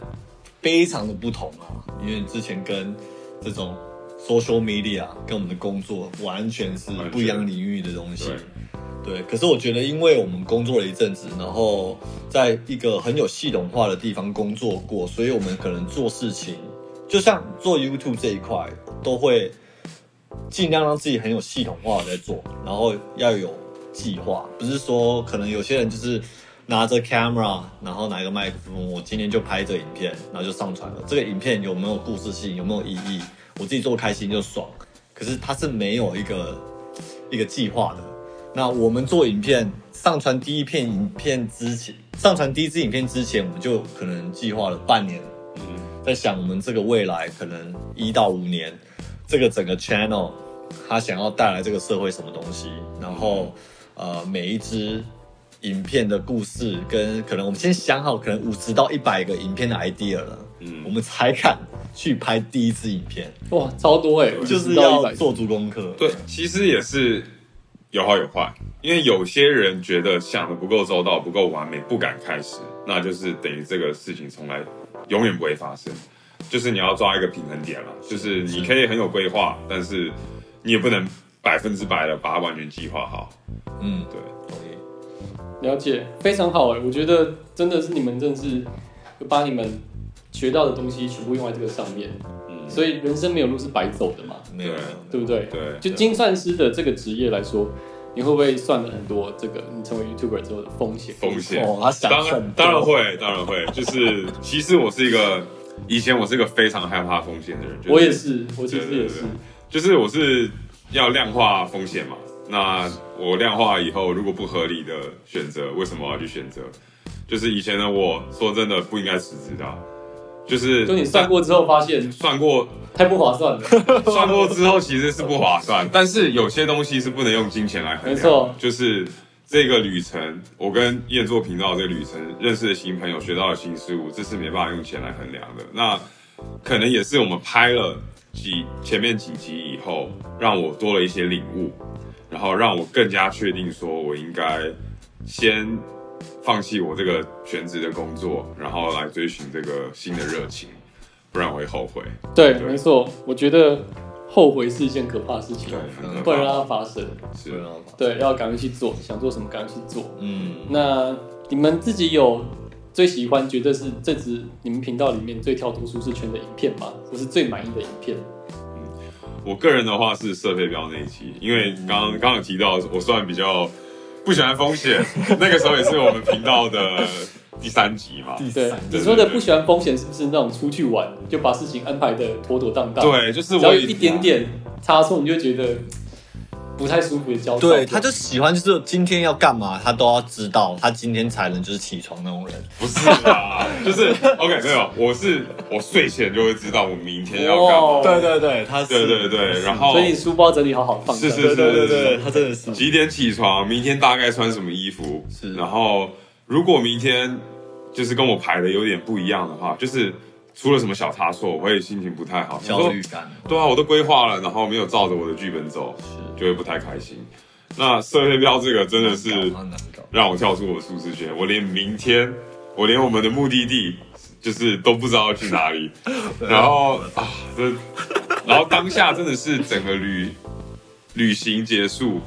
Speaker 3: 非常的不同啊，因为之前跟这种 social media 跟我们的工作完全是不一样领域的东西
Speaker 4: 对。
Speaker 3: 对，可是我觉得，因为我们工作了一阵子，然后在一个很有系统化的地方工作过，所以我们可能做事情，就像做 YouTube 这一块，都会尽量让自己很有系统化的在做，然后要有计划，不是说可能有些人就是拿着 camera，然后拿一个麦克风，我今天就拍这影片，然后就上传了。这个影片有没有故事性，有没有意义，我自己做开心就爽。可是它是没有一个一个计划的。那我们做影片，上传第一片影片之前，上传第一支影片之前，我们就可能计划了半年，
Speaker 4: 嗯，
Speaker 3: 在想我们这个未来可能一到五年，这个整个 channel 它想要带来这个社会什么东西，然后呃每一支影片的故事跟可能我们先想好可能五十到一百个影片的 idea 了，
Speaker 4: 嗯
Speaker 3: 我们才敢去拍第一支影片，
Speaker 2: 哇，超多哎、欸，
Speaker 3: 就是
Speaker 2: 50到
Speaker 3: 要
Speaker 2: 100
Speaker 3: 做足功课。
Speaker 4: 对，其实也是有好有坏，因为有些人觉得想的不够周到、不够完美，不敢开始，那就是等于这个事情从来永远不会发生。就是你要抓一个平衡点了，就是你可以很有规划，但是你也不能百分之百的把它完全计划好。
Speaker 3: 嗯，
Speaker 4: 对，
Speaker 3: 同意。
Speaker 2: 了解，非常好哎、我觉得真的是你们真的是就把你们学到的东西全部用在这个上面，
Speaker 4: 嗯，
Speaker 2: 所以人生没有路是白走的嘛，
Speaker 3: 没有
Speaker 4: 对
Speaker 3: 没有
Speaker 2: 对不对？
Speaker 4: 对，
Speaker 2: 就精算师的这个职业来说，你会不会算了很多这个你成为 YouTuber 之后的风险？
Speaker 4: 风险。
Speaker 3: 哦，他想
Speaker 4: 当
Speaker 3: 很
Speaker 4: 然
Speaker 3: 多
Speaker 4: 当然会，当然会。就是其实我是一个，以前我是一个非常害怕风险的人，就是
Speaker 2: 我也是，我其实也是
Speaker 4: 对对对，就是我是要量化风险嘛。那我量化以后，如果不合理的选择，为什么我要去选择？就是以前的我说真的不应该辞职的啊，就是
Speaker 2: 就你算过之后发现
Speaker 4: 算过
Speaker 2: 太不划算了，
Speaker 4: 算过之后其实是不划算，但是有些东西是不能用金钱来衡
Speaker 2: 没
Speaker 4: 量。
Speaker 2: 错，
Speaker 4: 就是这个旅程，我跟叶做频道这个旅程认识的新朋友，学到的新事物，这是没办法用钱来衡量的。那可能也是我们拍了几前面几集以后，让我多了一些领悟，然后让我更加确定说我应该先。放弃我这个全职的工作，然后来追寻这个新的热情，不然我会后悔。
Speaker 2: 对，
Speaker 4: 对
Speaker 2: 没错，我觉得后悔是一件可怕的事情
Speaker 4: 对，，很可
Speaker 2: 不能让
Speaker 4: 怕。啊
Speaker 2: 它发生。
Speaker 4: 是
Speaker 3: 对啊
Speaker 2: 对，要赶快去做，想做什么赶快去做。
Speaker 3: 嗯，
Speaker 2: 那你们自己有最喜欢，觉得是这支你们频道里面最跳脱舒适圈的影片吗？或是最满意的影片？
Speaker 4: 我个人的话是射飞镖那一期，因为刚刚刚刚有提到，我算比较不喜欢风险， 那个时候也是我们频道的第三集嘛。
Speaker 2: 对
Speaker 3: 三，
Speaker 2: 你说的不喜欢风险，是不是那种出去玩就把事情安排的妥妥当当？，
Speaker 4: 对，就是啊
Speaker 2: 只要
Speaker 4: 我
Speaker 2: 有一点点差错，你就觉得不太舒服的焦躁。
Speaker 3: 对，他就喜欢就是今天要干嘛，他都要知道，他今天才能就是起床那种人。
Speaker 4: 不是啦， 就是 OK 没有，我是我睡前就会知道我明天要干嘛
Speaker 2: 哇。对
Speaker 3: 对对，他
Speaker 4: 对对对，然后
Speaker 2: 哦所以你书包整理好好放着。
Speaker 4: 是是
Speaker 3: 对对对，他真的是
Speaker 4: 几点起床，明天大概穿什么衣服，
Speaker 3: 是
Speaker 4: 然后如果明天就是跟我排的有点不一样的话，就是出了什么小差错，我会心情不太好。
Speaker 3: 焦虑感。
Speaker 4: 我说对啊，我都规划了，然后没有照着我的剧本走，就会不太开心。那射飞镖这个真的是
Speaker 3: 难搞难搞
Speaker 4: 让我跳出我的舒适圈，我连明天，我连我们的目的地就是都不知道要去 哪里，然后啊，这，然后当下真的是整个旅旅行结束，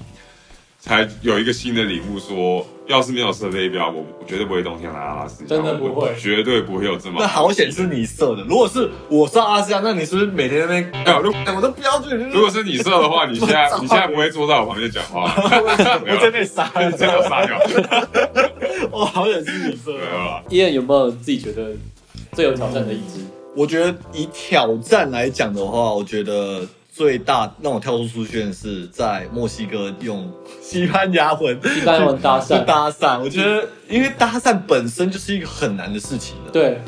Speaker 4: 才有一个新的领悟说，要是没有射飞镖，我我绝对不会冬天来阿拉斯加，
Speaker 2: 真的不会
Speaker 4: 我绝对不会有这么
Speaker 3: 那好险是你射的，如果是我上阿斯加，那你是不是每天在那边？
Speaker 4: 哎呦如
Speaker 3: 哎我都不要去，
Speaker 4: 如果是你射的话，你现在你现在不会坐在我旁边 讲话，没有啊
Speaker 3: 我
Speaker 4: 啦
Speaker 3: 真的傻了，
Speaker 4: 真的 傻掉，
Speaker 3: 我好险是你射
Speaker 4: 没
Speaker 3: 的。
Speaker 4: 有啊啦
Speaker 2: 伊人有没有自己觉得最有挑战的一支？
Speaker 3: 我觉得以挑战来讲的话，我觉得最大让我跳出舒适圈的是在墨西哥用西班牙文
Speaker 2: 西班牙文搭
Speaker 3: 去
Speaker 2: 讪，
Speaker 3: 搭讪。我觉得，因为搭讪本身就是一个很难的事情了。，
Speaker 2: 对，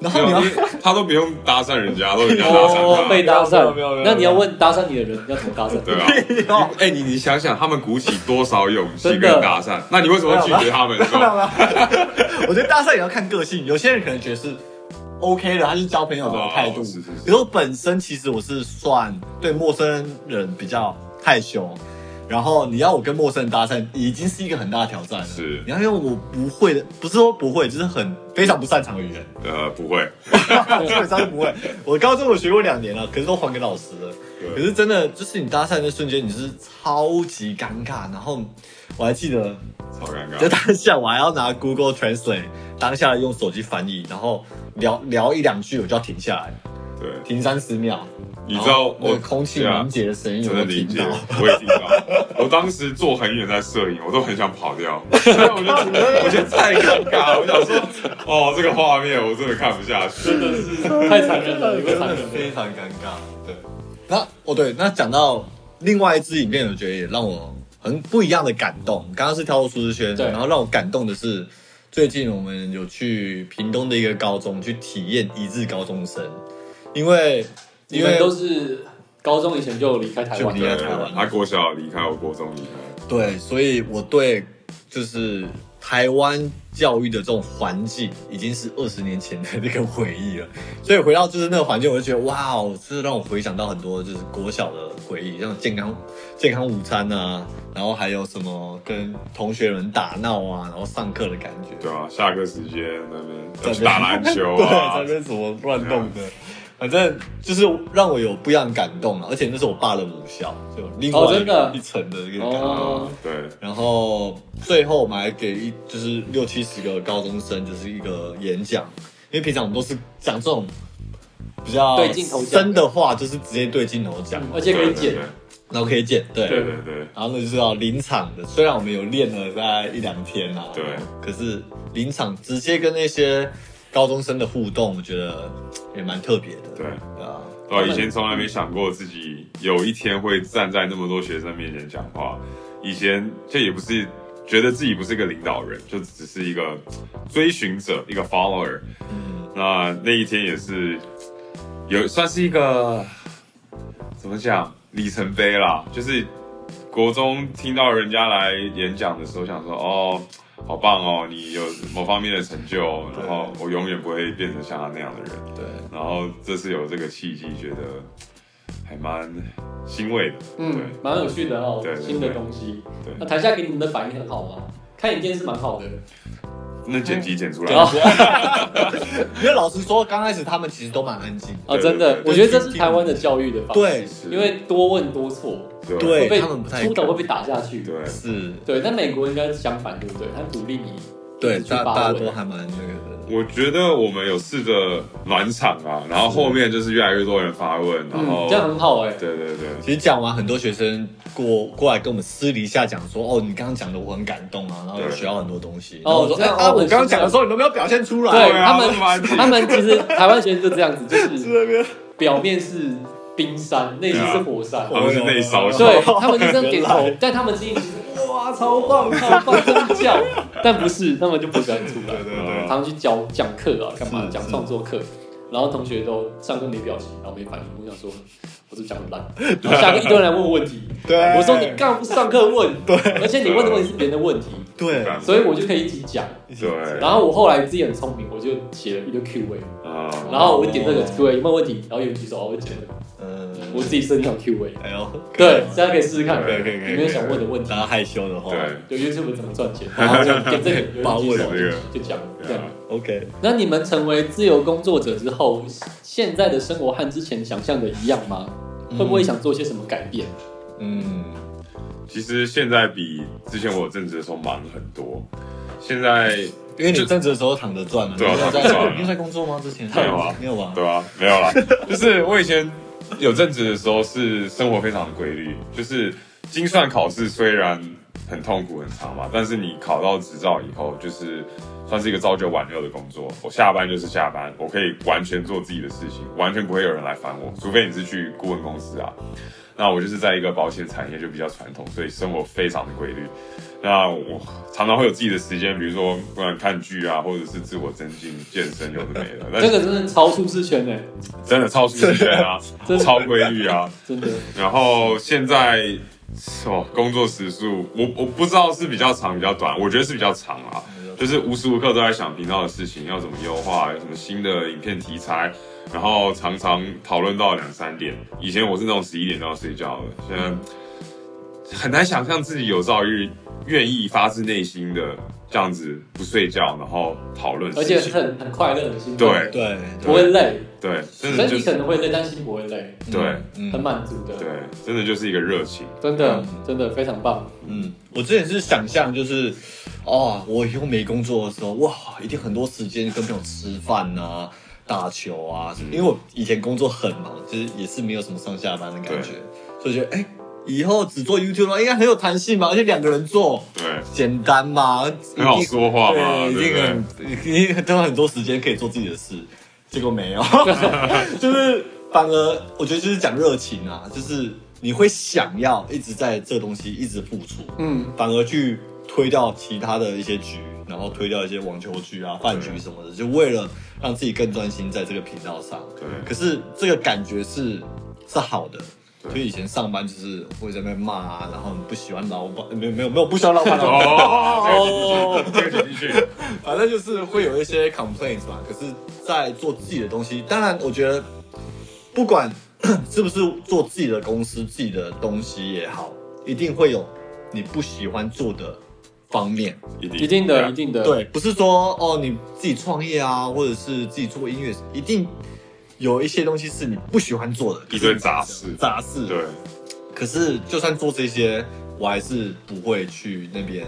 Speaker 3: 然
Speaker 4: 没
Speaker 3: 后你
Speaker 4: 有
Speaker 3: 要
Speaker 4: 因为他都不用搭讪人家，都人家搭讪
Speaker 2: 哦
Speaker 4: 他，。
Speaker 2: 被搭
Speaker 3: 没
Speaker 2: 讪
Speaker 3: 有没有没有没有，
Speaker 2: 那你要问搭讪你的人要怎么搭 讪？
Speaker 4: 对啊，
Speaker 3: 要
Speaker 4: 哎、你你想想，他们鼓起多少勇气
Speaker 2: 真
Speaker 4: 跟
Speaker 2: 的
Speaker 4: 搭讪，那你为什么拒绝他们？是
Speaker 3: 没有
Speaker 4: 吧
Speaker 3: 啦， 我觉得搭讪也要看个性，有些人可能觉得是 OK 的，他是交朋友的态度。
Speaker 4: 哦是是是
Speaker 3: 可是我本身其实我是算对陌生人比较害羞，然后你要我跟陌生人搭讪，已经是一个很大的挑战了。
Speaker 4: 是
Speaker 3: 你要用我不会的，不是说不会，就是很非常不擅长的 语言，
Speaker 4: 呃，不会，
Speaker 3: 基本上是不会。我高中我学过两年了，可是都还给老师了。
Speaker 4: 对
Speaker 3: 可是真的，就是你搭讪的瞬间，你是超级尴尬。然后我还记得
Speaker 4: 超尴
Speaker 3: 在
Speaker 4: 尬。
Speaker 3: 当下我还要拿 Google Translate 当下用手机翻译，然后聊聊一两句，我就要停下来，
Speaker 4: 对，
Speaker 3: 停三十秒。
Speaker 4: 你知道
Speaker 3: 哦然后那
Speaker 4: 我
Speaker 3: 个空气
Speaker 4: 对啊
Speaker 3: 凝结的声音有
Speaker 4: 真
Speaker 3: 没
Speaker 4: 的
Speaker 3: 有
Speaker 4: 理
Speaker 3: 听
Speaker 4: 解
Speaker 3: 到？，
Speaker 4: 我也听到。我当时坐很远在摄影，我都很想跑 掉，所以我就我觉得太尴尬了。我想说，哦，这个画面我真的看不下去。
Speaker 2: 真的是太残忍了，有个
Speaker 3: 真
Speaker 2: 残
Speaker 3: 的
Speaker 2: 忍的。
Speaker 3: 非常尴尬。对，那哦对，那讲到另外一支影片，我觉得也让我很不一样的感动。刚刚是跳出舒适圈，
Speaker 2: 对
Speaker 3: 然后让我感动的是，最近我们有去屏东的一个高中去体验一日高中生，因为
Speaker 2: 你
Speaker 3: 因为
Speaker 2: 们都是高中以前就离开台湾
Speaker 3: 就离开
Speaker 2: 了，
Speaker 3: 台湾
Speaker 4: 他国小离开，我国中离开，
Speaker 3: 对，所以我对就是台湾教育的这种环境，已经是二十年前的那个回忆了。所以回到就是那个环境，我就觉得哇哦，就是让我回想到很多就是国小的回忆，像健康健康午餐啊，然后还有什么跟同学们打闹啊，然后上课的感觉。
Speaker 4: 对啊，下课时间那边
Speaker 3: 在
Speaker 4: 要去打篮球啊
Speaker 3: 对，在那，边怎么乱动 的，反正就是让我有不一样的感动啊。而且那是我爸的母校，就另
Speaker 2: 哦
Speaker 3: 外
Speaker 2: 真的
Speaker 3: 一层的一个感动。
Speaker 2: 哦，
Speaker 4: 对，
Speaker 3: 然后最后我们还给一就是六七十个高中生，就是一个演讲，因为平常我们都是讲这种比较
Speaker 2: 对镜头讲
Speaker 3: 深的话，就是直接对镜头讲，
Speaker 2: 而且可以
Speaker 4: 对
Speaker 2: 剪，
Speaker 3: 然后可以剪对。
Speaker 4: 对对对对，
Speaker 3: 然后呢，就是要临场的，虽然我们有练了大概一两天啦、啊，
Speaker 4: 对，
Speaker 3: 可是临场直接跟那些高中生的互动，我觉得嘖也蛮特别的，
Speaker 4: 对
Speaker 3: 对啊，
Speaker 4: 对啊，以前从来没想过自己有一天会站在那么多学生面前讲话。以前这也不是觉得自己不是个领导人，就只是一个追寻者，一个 follower。
Speaker 3: 嗯，
Speaker 4: 那那一天也是有算是一个怎么讲里程碑啦，就是国中听到人家来演讲的时候，想说哦，好棒哦，你有某方面的成就哦，然后我永远不会变成像他那样的人。
Speaker 3: 对，
Speaker 4: 然后这次有这个契机，觉得还蛮欣慰的。
Speaker 2: 嗯，蛮有趣的哦
Speaker 4: 对，对对
Speaker 2: 新的东西。
Speaker 4: 对
Speaker 2: 那
Speaker 4: 对，
Speaker 2: 台下给你们的反应很好吗？看影片是蛮好的，啊
Speaker 4: 那剪辑剪出来
Speaker 2: 然
Speaker 4: 了，
Speaker 2: 后
Speaker 3: 因为老实说，刚开始他们其实都蛮安静的，
Speaker 2: 啊，真的
Speaker 4: 对对，对
Speaker 2: 我觉得这是台湾的教育的方式，
Speaker 3: 对
Speaker 4: 是
Speaker 2: 因为多问多错，
Speaker 3: 对
Speaker 2: 会被
Speaker 3: 他们不太
Speaker 2: 出头会被打下去。
Speaker 4: 对
Speaker 3: 是，
Speaker 2: 对，但美国应该是相反，对不对？他鼓励你
Speaker 3: 对，
Speaker 2: 一直去
Speaker 3: 大
Speaker 2: 发
Speaker 3: 大家
Speaker 2: 问
Speaker 3: 都还蛮那个的。
Speaker 4: 我觉得我们有试着暖场啊，然后后面就是越来越多人发问，然后、
Speaker 2: 嗯，这样很好哎、
Speaker 4: 哦对对对，
Speaker 3: 其实讲完，很多学生过过来跟我们私底下讲说，哦，你刚刚讲的我很感动啊，然后有学到很多东西。
Speaker 2: 哦
Speaker 3: 然后我说，
Speaker 2: 这
Speaker 3: 哎、
Speaker 2: 样
Speaker 3: 啊，
Speaker 2: 哦
Speaker 3: 我刚刚讲的时候你都没有表现出来。
Speaker 2: 对
Speaker 4: 啊
Speaker 2: 他们
Speaker 4: 这蛮
Speaker 2: 他们其实台湾学生就这样子，就
Speaker 3: 是
Speaker 2: 是
Speaker 3: 那边
Speaker 2: 表面是冰山，内心是火山。
Speaker 4: 他们是内 烧
Speaker 3: 哦
Speaker 4: 型，
Speaker 2: 对他们就这样点头，但他们心里其实哇超棒超棒这样叫，但不是他们就不喜欢出来
Speaker 3: 对。对对，
Speaker 4: 啊
Speaker 2: 常去教讲课啊，干嘛
Speaker 3: 是
Speaker 2: 讲
Speaker 3: 是
Speaker 2: 创作课，然后同学都上课没表情，然后没反应，我想说我是讲很烂，
Speaker 3: 啊
Speaker 2: 然后下课一堆人来问我问题，
Speaker 3: 对
Speaker 2: 我说你干嘛不上课 问？对，而且你问的问题是别人的问题，
Speaker 3: 对
Speaker 4: 对
Speaker 2: 所以我就可以一起讲。
Speaker 4: 对
Speaker 2: 然后我后来自己很聪明，我就写了一堆 Q&A，
Speaker 4: 啊，
Speaker 2: 然后我点这个 Q&A 有没有问题，然后有人举手，我就解了，
Speaker 3: 嗯，
Speaker 2: 我自己设定好 Q&A，
Speaker 3: 哎呦，
Speaker 2: 对，大家可以试试看，
Speaker 3: 可以可以可以
Speaker 2: 有没有想问的问题
Speaker 3: 大？家害羞的话，
Speaker 4: 对
Speaker 2: 有 YouTube 怎么赚钱？然后就点这个，有人举手
Speaker 4: 把握这个
Speaker 2: 就讲这样。
Speaker 3: ，OK，
Speaker 2: 那你们成为自由工作者之后，现在的生活和之前想象的一样吗？会不会想做些什么改变？
Speaker 3: 嗯，
Speaker 4: 其实现在比之前我有正职的时候忙很多，现在
Speaker 3: 因为你正职的时候躺着赚了，
Speaker 4: 对啊
Speaker 3: 你有在
Speaker 4: 躺着赚了
Speaker 3: 你有在工作吗？之前
Speaker 4: 没有啊
Speaker 3: 没有吧？
Speaker 4: 对啊，没有啦，就是我以前有正职的时候是生活非常的规律，就是精算考试虽然很痛苦很长嘛，但是你考到执照以后，就是算是一个朝九晚六的工作。我下班就是下班，我可以完全做自己的事情，完全不会有人来烦我，除非你是去顾问公司啊。那我就是在一个保险产业就比较传统，所以生活非常的规律。那我常常会有自己的时间，比如说不然看剧啊，或者是自我增进、健身，有的没的。但是
Speaker 2: 这个真的超出之权呢、
Speaker 4: 真的超出时间啊
Speaker 2: 真，的
Speaker 4: 超规律啊。
Speaker 2: 真的。
Speaker 4: 然后现在哦，工作时数，我我不知道是比较长比较短，我觉得是比较长啊。就是无时无刻都在想频道的事情要怎么优化，有什么新的影片题材，然后常常讨论到两三点。以前我是那种十一点就要睡觉的，现在很难想象自己有朝一日愿意发自内心的这样子不睡觉，然后讨论
Speaker 2: 而且
Speaker 4: 事
Speaker 2: 是
Speaker 4: 情。
Speaker 2: 很很快乐、很兴奋，
Speaker 4: 对
Speaker 3: 对，
Speaker 2: 不会累。
Speaker 4: 对，真
Speaker 2: 所
Speaker 4: 的
Speaker 2: 以
Speaker 4: 就
Speaker 2: 你可
Speaker 4: 是
Speaker 2: 能会累，但心不会累，
Speaker 4: 对
Speaker 3: 嗯
Speaker 2: 很满足的。
Speaker 4: 对，真的就是一个热情。
Speaker 2: 真的真的非常棒。
Speaker 3: 嗯，我之前是想象就是，哦，我以后没工作的时候，哇，一定很多时间跟朋友吃饭啊、打球啊，
Speaker 4: 嗯
Speaker 3: 因为我以前工作很忙，就是也是没有什么上下班的感觉，所以觉得哎、以后只做 YouTube 的话应该很有弹性吧，而且两个人做。
Speaker 4: 对，
Speaker 3: 简单嘛，
Speaker 4: 很好说话嘛，
Speaker 3: 对，一
Speaker 4: 对不
Speaker 3: 定
Speaker 4: 对？
Speaker 3: 很，一定都有很多时间可以做自己的事，结果 没有，就是反而我觉得就是讲热情啊，就是你会想要一直在这个东西一直付出，
Speaker 2: 嗯，
Speaker 3: 反而去推掉其他的一些局，然后推掉一些网球局啊、饭局什么的，就为了让自己更专心在这个频道上。
Speaker 4: 对
Speaker 3: 可是这个感觉是是好的。
Speaker 4: 对
Speaker 3: 所以以前上班就是会在那边骂啊，然后很不喜欢老板，没有没有没有不喜欢老板，老板
Speaker 4: 哦，这个情绪，
Speaker 3: 反正就是会有一些 complaints 嘛。可是，在做自己的东西，当然我觉得，不管 是不是做自己的公司、自己的东西也好，一定会有你不喜欢做的方面。
Speaker 4: 一定
Speaker 2: 一定的，一定的。，
Speaker 3: 对，不是说哦你自己创业啊，或者是自己做音乐，一定有一些东西是你不喜欢做的，
Speaker 4: 一堆杂事
Speaker 3: 杂事。
Speaker 4: 对，
Speaker 3: 可是就算做这些，我还是不会去那边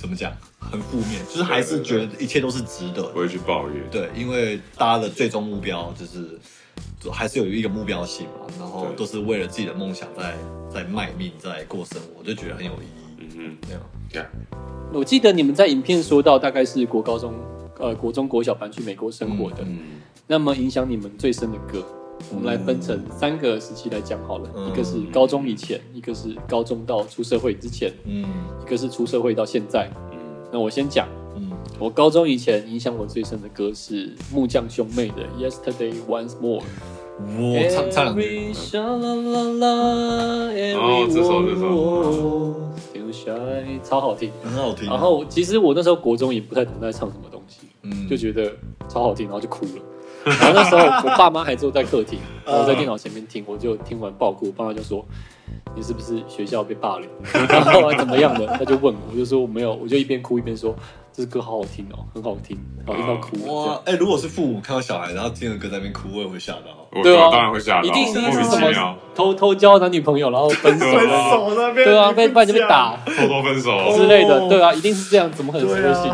Speaker 3: 怎么讲，很负面，就是还是觉得一切都是值得的
Speaker 4: 不。会去抱怨，
Speaker 3: 对，因为大家的最终目标就是就还是有一个目标性嘛，然后
Speaker 4: 对
Speaker 3: 都是为了自己的梦想在在卖命，在过生活，我就觉得很有意义。
Speaker 4: 嗯
Speaker 3: 那样
Speaker 2: 我记得你们在影片说到，大概是国高中、呃国中、国小班去美国生活的，
Speaker 4: 嗯
Speaker 2: 那么影响你们最深的歌，我们来分成三个时期来讲好了。
Speaker 3: 嗯
Speaker 2: 一个是高中以前，一个是高中到出社会之前，
Speaker 3: 嗯
Speaker 2: 一个是出社会到现在。
Speaker 4: 嗯
Speaker 2: 那我先讲，
Speaker 3: 嗯
Speaker 2: 我高中以前影响我最深的歌是木匠兄妹的《Yesterday Once More》。
Speaker 3: 嗯，
Speaker 2: 哎
Speaker 3: 我唱唱两句，
Speaker 2: Every sha la la la, every
Speaker 4: 哦这首这首
Speaker 2: wall, still shine，超好听。
Speaker 3: 很好听。
Speaker 2: 然后其实我那时候国中也不太懂在唱什么东西，
Speaker 3: 嗯
Speaker 2: 就觉得超好听，然后就哭了。然后那时候我爸妈还坐在客厅，然后我在电脑前面听，我就听完爆哭，我爸妈就说。你是不是学校被霸凌？然后后来怎么样的？他就问我，我就说我没有，我就一边哭一边说这歌好好听哦，很好听，好听到哭了。这样
Speaker 3: 哇，哎、如果是父母看到小孩然后听着歌在那边哭，我也会吓到。
Speaker 4: 我
Speaker 2: 对啊
Speaker 4: 当然会吓到，
Speaker 2: 一定是
Speaker 4: 莫名其
Speaker 2: 什
Speaker 4: 妙
Speaker 2: 么，偷偷交男女朋友，然后分手，
Speaker 4: 分手
Speaker 3: 那边
Speaker 2: 对啊，被不然就被打
Speaker 4: 偷偷分手，
Speaker 3: 哦
Speaker 2: 之类的，对啊，一定是这样，怎么可能是不信？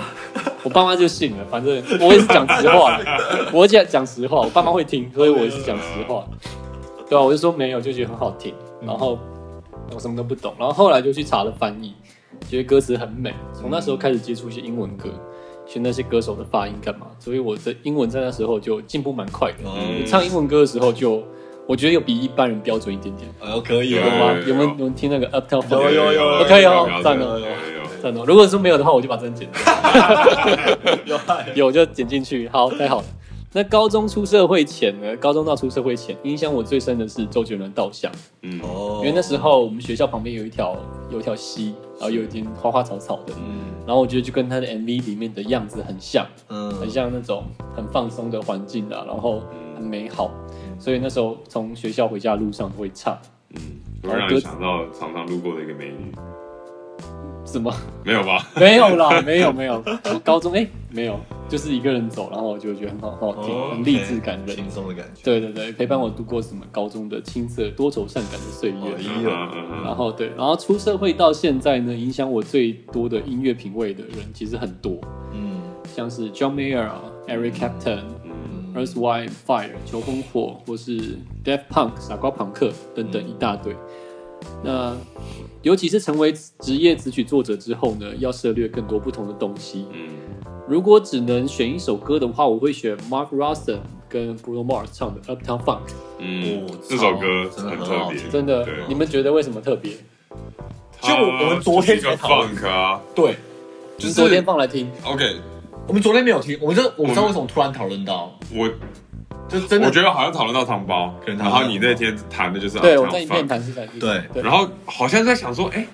Speaker 2: 我爸妈就信了，反正我也是讲实 话的，我讲讲实话，我爸妈会听，所以我也是讲实话，对啊，我就说没有，就觉得很好听，
Speaker 3: 嗯
Speaker 2: 然后我什么都不懂，然后后来就去查了翻译，觉得歌词很美，从那时候开始接触一些英文歌，学那些歌手的发音干嘛，所以我的英文在那时候就进步蛮快的，
Speaker 3: 嗯
Speaker 2: 唱英文歌的时候就我觉得有比一般人标准一点点，
Speaker 3: 哎呦，可以
Speaker 2: 有
Speaker 3: 哦，
Speaker 2: 吗？
Speaker 4: 有
Speaker 2: 有没有有没有听那个 Uptown Funk？
Speaker 3: 有有有
Speaker 2: ，OK
Speaker 4: 有
Speaker 2: 哦，赞哦
Speaker 4: 有，有有
Speaker 2: 赞哦。如果说没有的话，我就把这剪掉。
Speaker 3: 有爱
Speaker 2: 有就剪进去，好，太好了。那高中出社会前呢？高中到出社会前，影响我最深的是周杰伦稻香，
Speaker 4: 嗯，
Speaker 3: 哦
Speaker 2: 因为那时候我们学校旁边有一条有一条溪，然后有一点花花草草的，
Speaker 3: 嗯
Speaker 2: 然后我觉得就跟他的 MV 里面的样子很像，很
Speaker 3: 嗯
Speaker 2: 像那种很放松的环境啊，然后很美好，
Speaker 3: 嗯
Speaker 2: 所以那时候从学校回家的路上都会唱，
Speaker 4: 嗯，突然让你想到常常路过的一个美女，
Speaker 2: 什么？
Speaker 4: 没有吧？
Speaker 2: 没有啦，没有没有，我高中哎、没有，就是一个人走，然后我就觉得很好很好听，很励志感人。
Speaker 3: 嗯哦轻松的感觉，
Speaker 2: 对对对，陪伴我度过什么高中的青涩、多愁善感的岁
Speaker 3: 哦
Speaker 2: 月。
Speaker 3: 一
Speaker 4: 嗯
Speaker 3: 了，
Speaker 4: 嗯
Speaker 2: 然后对，然后出社会到现在呢，影响我最多的音乐品味的人其实很多，
Speaker 3: 嗯
Speaker 2: 像是 John Mayer 啊、Eric Clapton、
Speaker 4: 嗯
Speaker 2: Earth Wind Fire 求婚火，或是 Def Punk 傻瓜朋克等
Speaker 4: 嗯
Speaker 2: 等一大堆。那尤其是成为职业词曲作者之后呢，要涉猎更多不同的东西。
Speaker 4: 嗯
Speaker 2: 如果只能选一首歌的话，我会选 Mark Ronson 跟 Bruno Mars 唱的 Uptown Funk。
Speaker 4: 嗯
Speaker 3: 哦，
Speaker 4: 这首歌
Speaker 3: 真的
Speaker 4: 很
Speaker 3: 很
Speaker 4: 特
Speaker 3: 好
Speaker 4: 别
Speaker 3: 听，
Speaker 2: 真的
Speaker 4: 对，啊
Speaker 2: 你们觉得为什么特别？
Speaker 4: 它
Speaker 3: 就我们昨天才
Speaker 4: 就是一个
Speaker 3: 讨论
Speaker 4: funk 啊，
Speaker 3: 对，
Speaker 4: 就
Speaker 2: 就是昨天放来听，
Speaker 4: OK，
Speaker 3: 我们昨天没有听，我们这我不知道为什么突然讨论到，
Speaker 4: 我
Speaker 3: 就真的
Speaker 4: 我觉得好像讨论到糖包，
Speaker 3: 可能讨
Speaker 4: 然
Speaker 3: 论到
Speaker 4: 后你那天谈的就是
Speaker 2: 嗯对
Speaker 4: uptown
Speaker 2: 我在影片
Speaker 4: funk
Speaker 2: 谈是在听
Speaker 3: 对
Speaker 2: 对
Speaker 4: 然后好像在想说，哎，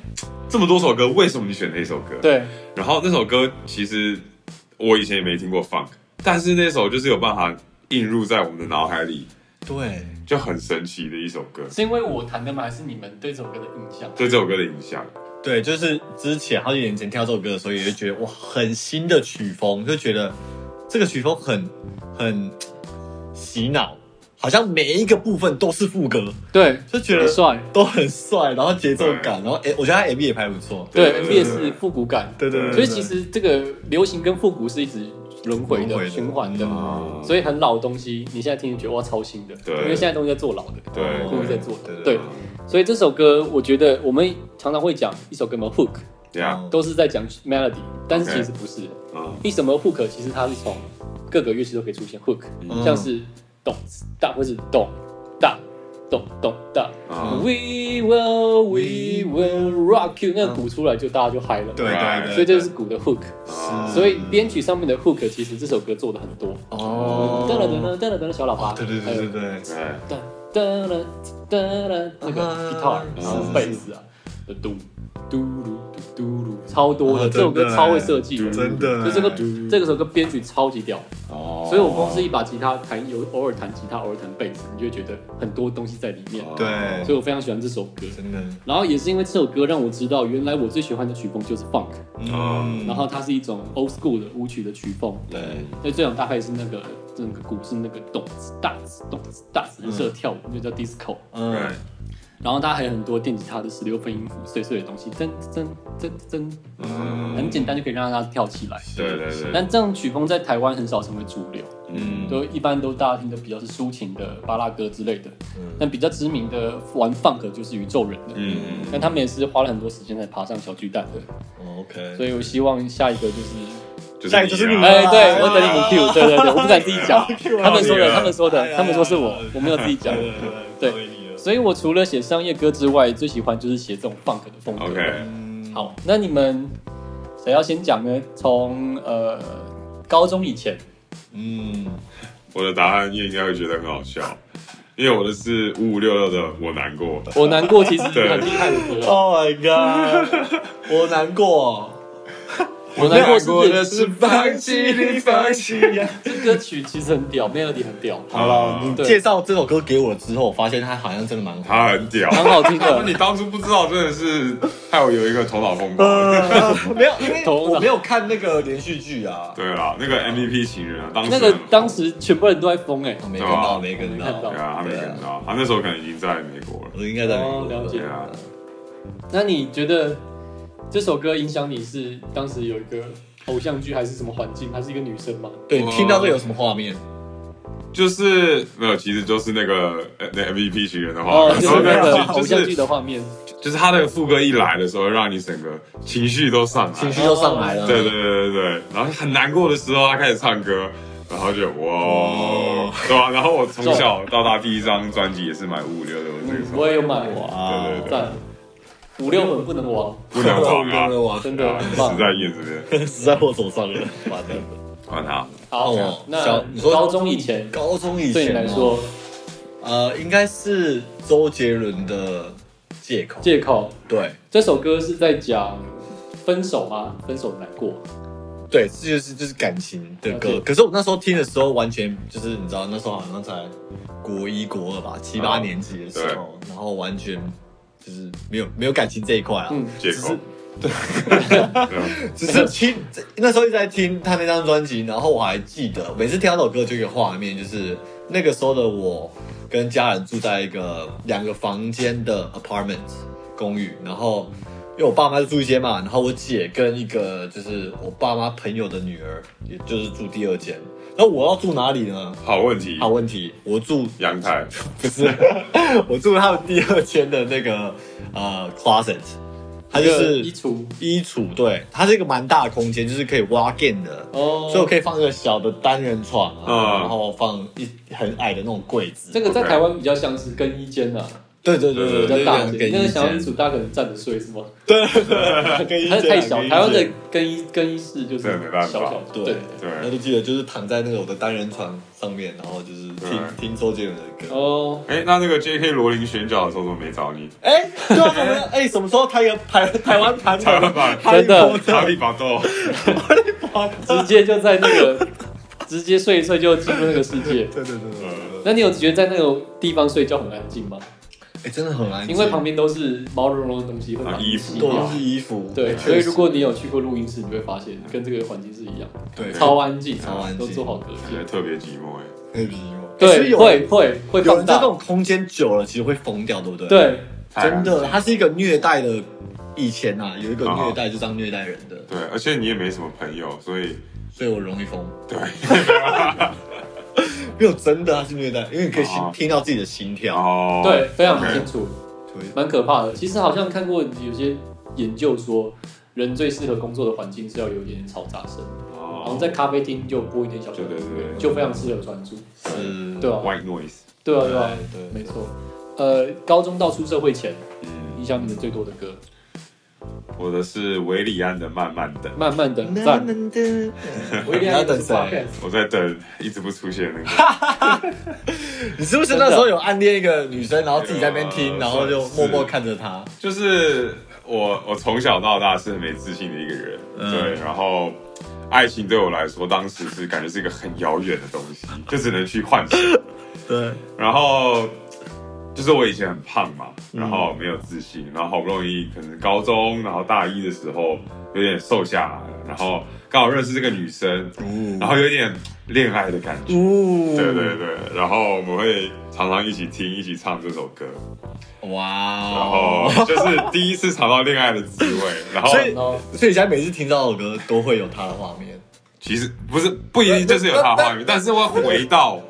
Speaker 4: 这么多首歌，为什么你选那一首歌？，
Speaker 2: 对
Speaker 4: 然后那首歌其实我以前也没听过 funk，但是那首就是有办法映入在我们的脑海里，
Speaker 3: 对，
Speaker 4: 就很神奇的一首歌，
Speaker 2: 是因为我弹的吗？还是你们对这首歌的印象？
Speaker 4: 对这首歌的影响。
Speaker 3: 对，就是之前好几年前听到这首歌的时候，也就觉得哇，很新的曲风，就觉得这个曲风很很洗脑，好像每一个部分都是副歌，
Speaker 2: 对，
Speaker 3: 就觉
Speaker 2: 很
Speaker 3: 得
Speaker 2: 帅，
Speaker 3: 都很帅，然后节奏感，然后诶，我觉得他 MV 也拍得不错，
Speaker 2: 对
Speaker 4: 对
Speaker 2: ，MV 也是复古感，
Speaker 3: 对对对，
Speaker 2: 所以
Speaker 3: 对
Speaker 2: 其实这个流行跟复古是一直轮回
Speaker 3: 轮
Speaker 2: 的、
Speaker 3: 回的
Speaker 2: 循环的，
Speaker 4: 啊
Speaker 2: 所以很老的东西，你现在听就觉得哇超新的，
Speaker 4: 对
Speaker 2: 因为现在东西在做老的，
Speaker 4: 对
Speaker 2: 故意在做
Speaker 3: 对
Speaker 2: 的，
Speaker 3: 对
Speaker 2: 对，所以这首歌我觉得我们常常会讲一首歌嘛 hook
Speaker 3: 嗯
Speaker 4: 这样，
Speaker 2: 都是在讲 melody，但是
Speaker 4: OK
Speaker 2: 其实不是，
Speaker 4: 嗯
Speaker 2: 一什么 hook 其实它是从各个乐器都可以出现 hook，
Speaker 3: 嗯
Speaker 2: 像是咚大或是咚大咚咚大。
Speaker 3: 啊
Speaker 4: 嗯
Speaker 2: We will, we will rock you，那个鼓出来就大家就嗨了，
Speaker 3: 嗯对对嗯对，
Speaker 2: 所以这就是鼓的 hook。
Speaker 4: 啊
Speaker 2: 所以编曲上面的 hook 其实这首歌做的很多，
Speaker 3: 哦，
Speaker 2: 噔了噔了噔了噔了小喇叭，
Speaker 3: 对对对对对，
Speaker 4: 对，
Speaker 2: 还有噔了噔了那个
Speaker 3: 啊
Speaker 2: guitar 然后 bass 啊，嘟嘟噜嘟嘟噜，超多的，
Speaker 3: 啊
Speaker 2: 这首
Speaker 3: 真
Speaker 2: 歌
Speaker 3: 的
Speaker 2: 超会设计的，
Speaker 3: 真的
Speaker 2: 就这个这个首歌编曲超级屌，
Speaker 4: 哦
Speaker 2: 所以我光是一把吉他弹，有偶尔弹吉他，偶尔弹贝斯，你就会觉得很多东西在里面。
Speaker 4: 哦
Speaker 3: 对
Speaker 2: 所以我非常喜欢这首歌。
Speaker 3: 真的，
Speaker 2: 然后也是因为这首歌让我知道，原来我最喜欢的曲风就是 funk，
Speaker 3: 嗯，
Speaker 2: 然后它是一种 old school 的舞曲的曲风。
Speaker 3: 对，
Speaker 2: 那这种大概是那个那个鼓是那个咚子大子咚子大子，很适合跳舞，就叫 disco。
Speaker 3: 嗯，
Speaker 2: 然后它还有很多电吉他的十六分音符碎碎的东西，噔噔噔噔，
Speaker 4: 嗯
Speaker 2: 很简单就可以让它跳起来。
Speaker 4: 对对对，
Speaker 2: 但这种曲风在台湾很少成为主流，
Speaker 4: 嗯
Speaker 2: 都一般都大家听的比较是抒情的巴拉歌之类的。
Speaker 3: 嗯
Speaker 2: 但比较知名的玩 funk 就是宇宙人的，
Speaker 4: 嗯
Speaker 2: 但他们也是花了很多时间才爬上小巨蛋的，
Speaker 3: 哦，OK，
Speaker 2: 所以我希望下一个就是，
Speaker 3: 下一个就是你
Speaker 4: 啊
Speaker 3: 哎
Speaker 2: 哎，对我等你 Q，对对对，我不敢自己 讲，他们说
Speaker 4: 哎
Speaker 2: 的，
Speaker 4: 呀
Speaker 2: 他们说
Speaker 3: 啊哎
Speaker 2: 的，
Speaker 3: 呀哎
Speaker 2: 他们说是我，我没有自己讲。
Speaker 3: 对对，
Speaker 2: 所以我除了写商业歌之外，最喜欢就是写这种 funk 的风格。
Speaker 4: OK，
Speaker 3: 嗯，
Speaker 2: 好，那你们谁要先讲呢？从呃高中以前，
Speaker 3: 嗯，
Speaker 4: 我的答案你也应该会觉得很好笑，因为我的是五五六六的我难过，
Speaker 2: 我难过其实是
Speaker 4: 对
Speaker 2: 很厉害的歌啊，
Speaker 3: Oh my god！我难过，
Speaker 2: 我难过是不
Speaker 4: 的
Speaker 2: 是
Speaker 4: 是放弃你，放弃。
Speaker 2: 这歌曲其实很屌，melody 很屌，
Speaker 3: 好了，你
Speaker 2: 对
Speaker 3: 介绍这首歌给我之后，我发现它好像真的蛮好。
Speaker 4: 他很屌，
Speaker 2: 蛮好听
Speaker 4: 那
Speaker 2: 的
Speaker 4: 你。当初不知道，真的是害我有一个头脑风暴。
Speaker 3: 没有，因为
Speaker 2: 头脑
Speaker 3: 我没有看那个连续剧啊，
Speaker 4: 对啦，那个 MVP 情人啊，当时
Speaker 2: 那个当时哦全部人都在疯哎、
Speaker 3: 我没跟到，没跟
Speaker 2: 没看
Speaker 4: 对
Speaker 2: 到
Speaker 3: 到，
Speaker 4: 啊，他没看到，他那时候可能已经在美国了。
Speaker 3: 我应该在美
Speaker 2: 哦
Speaker 3: 国。
Speaker 2: 了解
Speaker 4: 对啊，
Speaker 2: 那你觉得这首歌影响你是当时有一个偶像剧还是什么环境？她是一个女生吗？
Speaker 3: 对，你听到这有什么画面？
Speaker 4: 就是没有，其实就是那个呃那 MVP 学员的话，
Speaker 2: 哦，就
Speaker 4: 然后
Speaker 2: 是那个
Speaker 4: 就
Speaker 2: 偶像剧
Speaker 4: 是
Speaker 2: 的画面，
Speaker 4: 就是他的副歌一来的时候，让你整个情绪都上来，
Speaker 3: 情绪就上来了。
Speaker 4: 对对对对对，然后很难过的时候，他开始唱歌，然后就哇
Speaker 3: 哦，
Speaker 4: 对吧、啊然后我从小到大第一张专辑也是买五五六六那个时
Speaker 2: 嗯
Speaker 4: 候
Speaker 2: 我，也有买，
Speaker 3: 哇，
Speaker 4: 对对对
Speaker 2: 赞，五六本不能亡，
Speaker 4: 不能忘啊，
Speaker 3: 哇，
Speaker 2: 真
Speaker 4: 对
Speaker 2: 的
Speaker 4: 啊
Speaker 2: 很
Speaker 4: 死
Speaker 2: 棒。
Speaker 4: 在燕这边，
Speaker 3: 死在我手上了，妈的！
Speaker 4: 管他，
Speaker 2: 好
Speaker 3: 那我，
Speaker 2: 那
Speaker 3: 小你说
Speaker 2: 高中以前
Speaker 3: 高中以前哦
Speaker 2: 对你来，说，
Speaker 3: 呃，应该是周杰伦的借口。
Speaker 2: 借口
Speaker 3: 对
Speaker 2: 这首歌是在讲分手吗？分手难过，
Speaker 3: 对，这就是就是感情的
Speaker 2: 了
Speaker 3: 歌。
Speaker 2: 解
Speaker 3: 可是我那时候听的时候，完全就是你知道，那时候好像才国一国二吧，七
Speaker 2: 哦
Speaker 3: 八年级的时候，然后完全就是没有没有感情这一块啊。
Speaker 2: 嗯，
Speaker 4: 借口，对啊，
Speaker 3: 只是听那时候一直在听他那张专辑，然后我还记得每次听到这首歌就有一个画面，就是那个时候的我跟家人住在一个两个房间的 apartment 公寓，然后因为我爸妈是住一间嘛，然后我姐跟一个就是我爸妈朋友的女儿，也就是住第二间。那我要住哪里呢？
Speaker 4: 好问题
Speaker 3: 好，问题，我住
Speaker 4: 阳台，
Speaker 3: 不是， 我住他们第二间的那个呃 closet，它就
Speaker 2: 一
Speaker 3: 是
Speaker 2: 个衣橱
Speaker 3: 衣橱，对，它是一个蛮大的空间，就是可以挖 game 的，
Speaker 2: 哦，
Speaker 3: 所以我可以放一个小的单人床啊，
Speaker 4: 嗯
Speaker 3: 然后放一很矮的那种柜子。
Speaker 2: 这个在
Speaker 4: OK
Speaker 2: 台湾比较像是更衣间啊，
Speaker 3: 对对对对
Speaker 2: 比较
Speaker 3: 对，
Speaker 2: 大一
Speaker 3: 对
Speaker 2: 点。
Speaker 3: 对
Speaker 2: 那个小
Speaker 3: 跟
Speaker 2: 衣
Speaker 3: 衣间
Speaker 2: 橱大家可能站着睡是吗？
Speaker 3: 对对对，跟衣
Speaker 2: 它
Speaker 3: 间
Speaker 2: 太小，
Speaker 3: 跟衣间
Speaker 2: 台湾的更衣更衣室就是
Speaker 4: 对没办法
Speaker 2: 小小的，
Speaker 3: 对
Speaker 4: 对
Speaker 3: 那
Speaker 2: 呃
Speaker 3: 就记得就是躺在那个我的单人床上面，然后就是听听周杰伦的歌。
Speaker 2: 哦，
Speaker 4: 哎，那那个 J.K. 罗琳选角的时候怎么没找你？
Speaker 3: 哎，对啊， 怎么样？哎，什么时候台台台湾版
Speaker 4: 台湾版
Speaker 3: 哈利
Speaker 2: 真的
Speaker 3: 波特
Speaker 4: 哈利巴豆，
Speaker 2: 直接就在那个 直接睡一睡就进入那个世界。
Speaker 3: 对对对对对对，
Speaker 2: 那你有觉得在那个地方睡觉很安静吗？
Speaker 3: 哎，真的很安静，
Speaker 2: 因为旁边都是毛茸茸的东西，会把
Speaker 4: 啊
Speaker 2: 你
Speaker 4: 衣服
Speaker 2: 吸
Speaker 3: 都
Speaker 2: 掉
Speaker 3: 是衣服，哎
Speaker 2: 对，
Speaker 3: 确实
Speaker 2: 所以如果你有去过录音室，你就会发现跟这个环境是一样的，
Speaker 3: 对
Speaker 2: 超安静，
Speaker 3: 超安静
Speaker 2: 都做好隔
Speaker 4: 感觉
Speaker 2: 间。
Speaker 4: 特别寂寞哎。
Speaker 3: 很寂寞，哎可是
Speaker 2: 对，
Speaker 3: 有
Speaker 2: 会会会
Speaker 3: 有
Speaker 2: 放
Speaker 3: 人在
Speaker 2: 大
Speaker 3: 这，种空间久了，其实会疯掉，对不对？，
Speaker 2: 对，
Speaker 3: 真
Speaker 4: 太安
Speaker 3: 的，
Speaker 4: 静
Speaker 3: 它是一个虐待的。以前啊，有一个
Speaker 4: 哦
Speaker 3: 虐待就这样虐待人的，
Speaker 4: 对，而且你也没什么朋友，所以
Speaker 3: 所以我容易疯。
Speaker 4: 对，
Speaker 3: 没有真的，它是虐待，因为你可以心
Speaker 4: 哦
Speaker 3: 听到自己的心跳。
Speaker 4: 哦，
Speaker 2: 对，非常
Speaker 4: OK
Speaker 2: 清楚，
Speaker 3: 对，
Speaker 2: 蛮可怕的。其实好像看过有些研究说，人最适合工作的环境是要有一点点嘈杂声，然后
Speaker 4: 哦，
Speaker 2: 在咖啡厅就播一点小小的
Speaker 4: 对
Speaker 2: 音
Speaker 4: 对
Speaker 2: 乐，
Speaker 4: 对
Speaker 2: 就非常适合专注。
Speaker 3: 是，
Speaker 2: 对啊，
Speaker 4: white noise，
Speaker 2: 对啊，
Speaker 3: 对
Speaker 2: 对啊，
Speaker 3: 对
Speaker 2: 没错。呃，高中到出社会前，
Speaker 4: 嗯，
Speaker 2: 影响你们最多的歌，
Speaker 4: 我的是维里安的《慢慢等》，
Speaker 2: 慢慢的
Speaker 3: 那
Speaker 2: 赞。
Speaker 3: 能的，
Speaker 2: 我一定
Speaker 3: 你要等谁？？
Speaker 4: 我在等一直不出现那个，
Speaker 3: 你是不是那时候有暗恋一个女生，然后自己在那边听，
Speaker 4: 呃
Speaker 3: 然后就默默看着她？
Speaker 4: 就是我我从小到大是很没自信的一个人，
Speaker 3: 嗯
Speaker 4: 对，然后。爱情对我来说，当时是感觉是一个很遥远的东西，就只能去幻想。
Speaker 3: 对，
Speaker 4: 然后就是我以前很胖嘛，然后没有自信，然后好不容易可能高中，然后大一的时候有点瘦下来了，然后刚好认识这个女生，
Speaker 3: 嗯
Speaker 4: 然后有点恋爱的感觉，
Speaker 3: 呜
Speaker 4: 对对对，然后我们会常常一起听、一起唱这首歌，
Speaker 3: 对，哇
Speaker 4: 然
Speaker 3: 哦！
Speaker 4: 后就是第一次尝到恋爱的滋味，然后
Speaker 3: 所以
Speaker 2: 然后
Speaker 3: 所以你现在每次听到我歌，都会有她的画面。
Speaker 4: 其实不是不一定就是有他的画面，但是会回到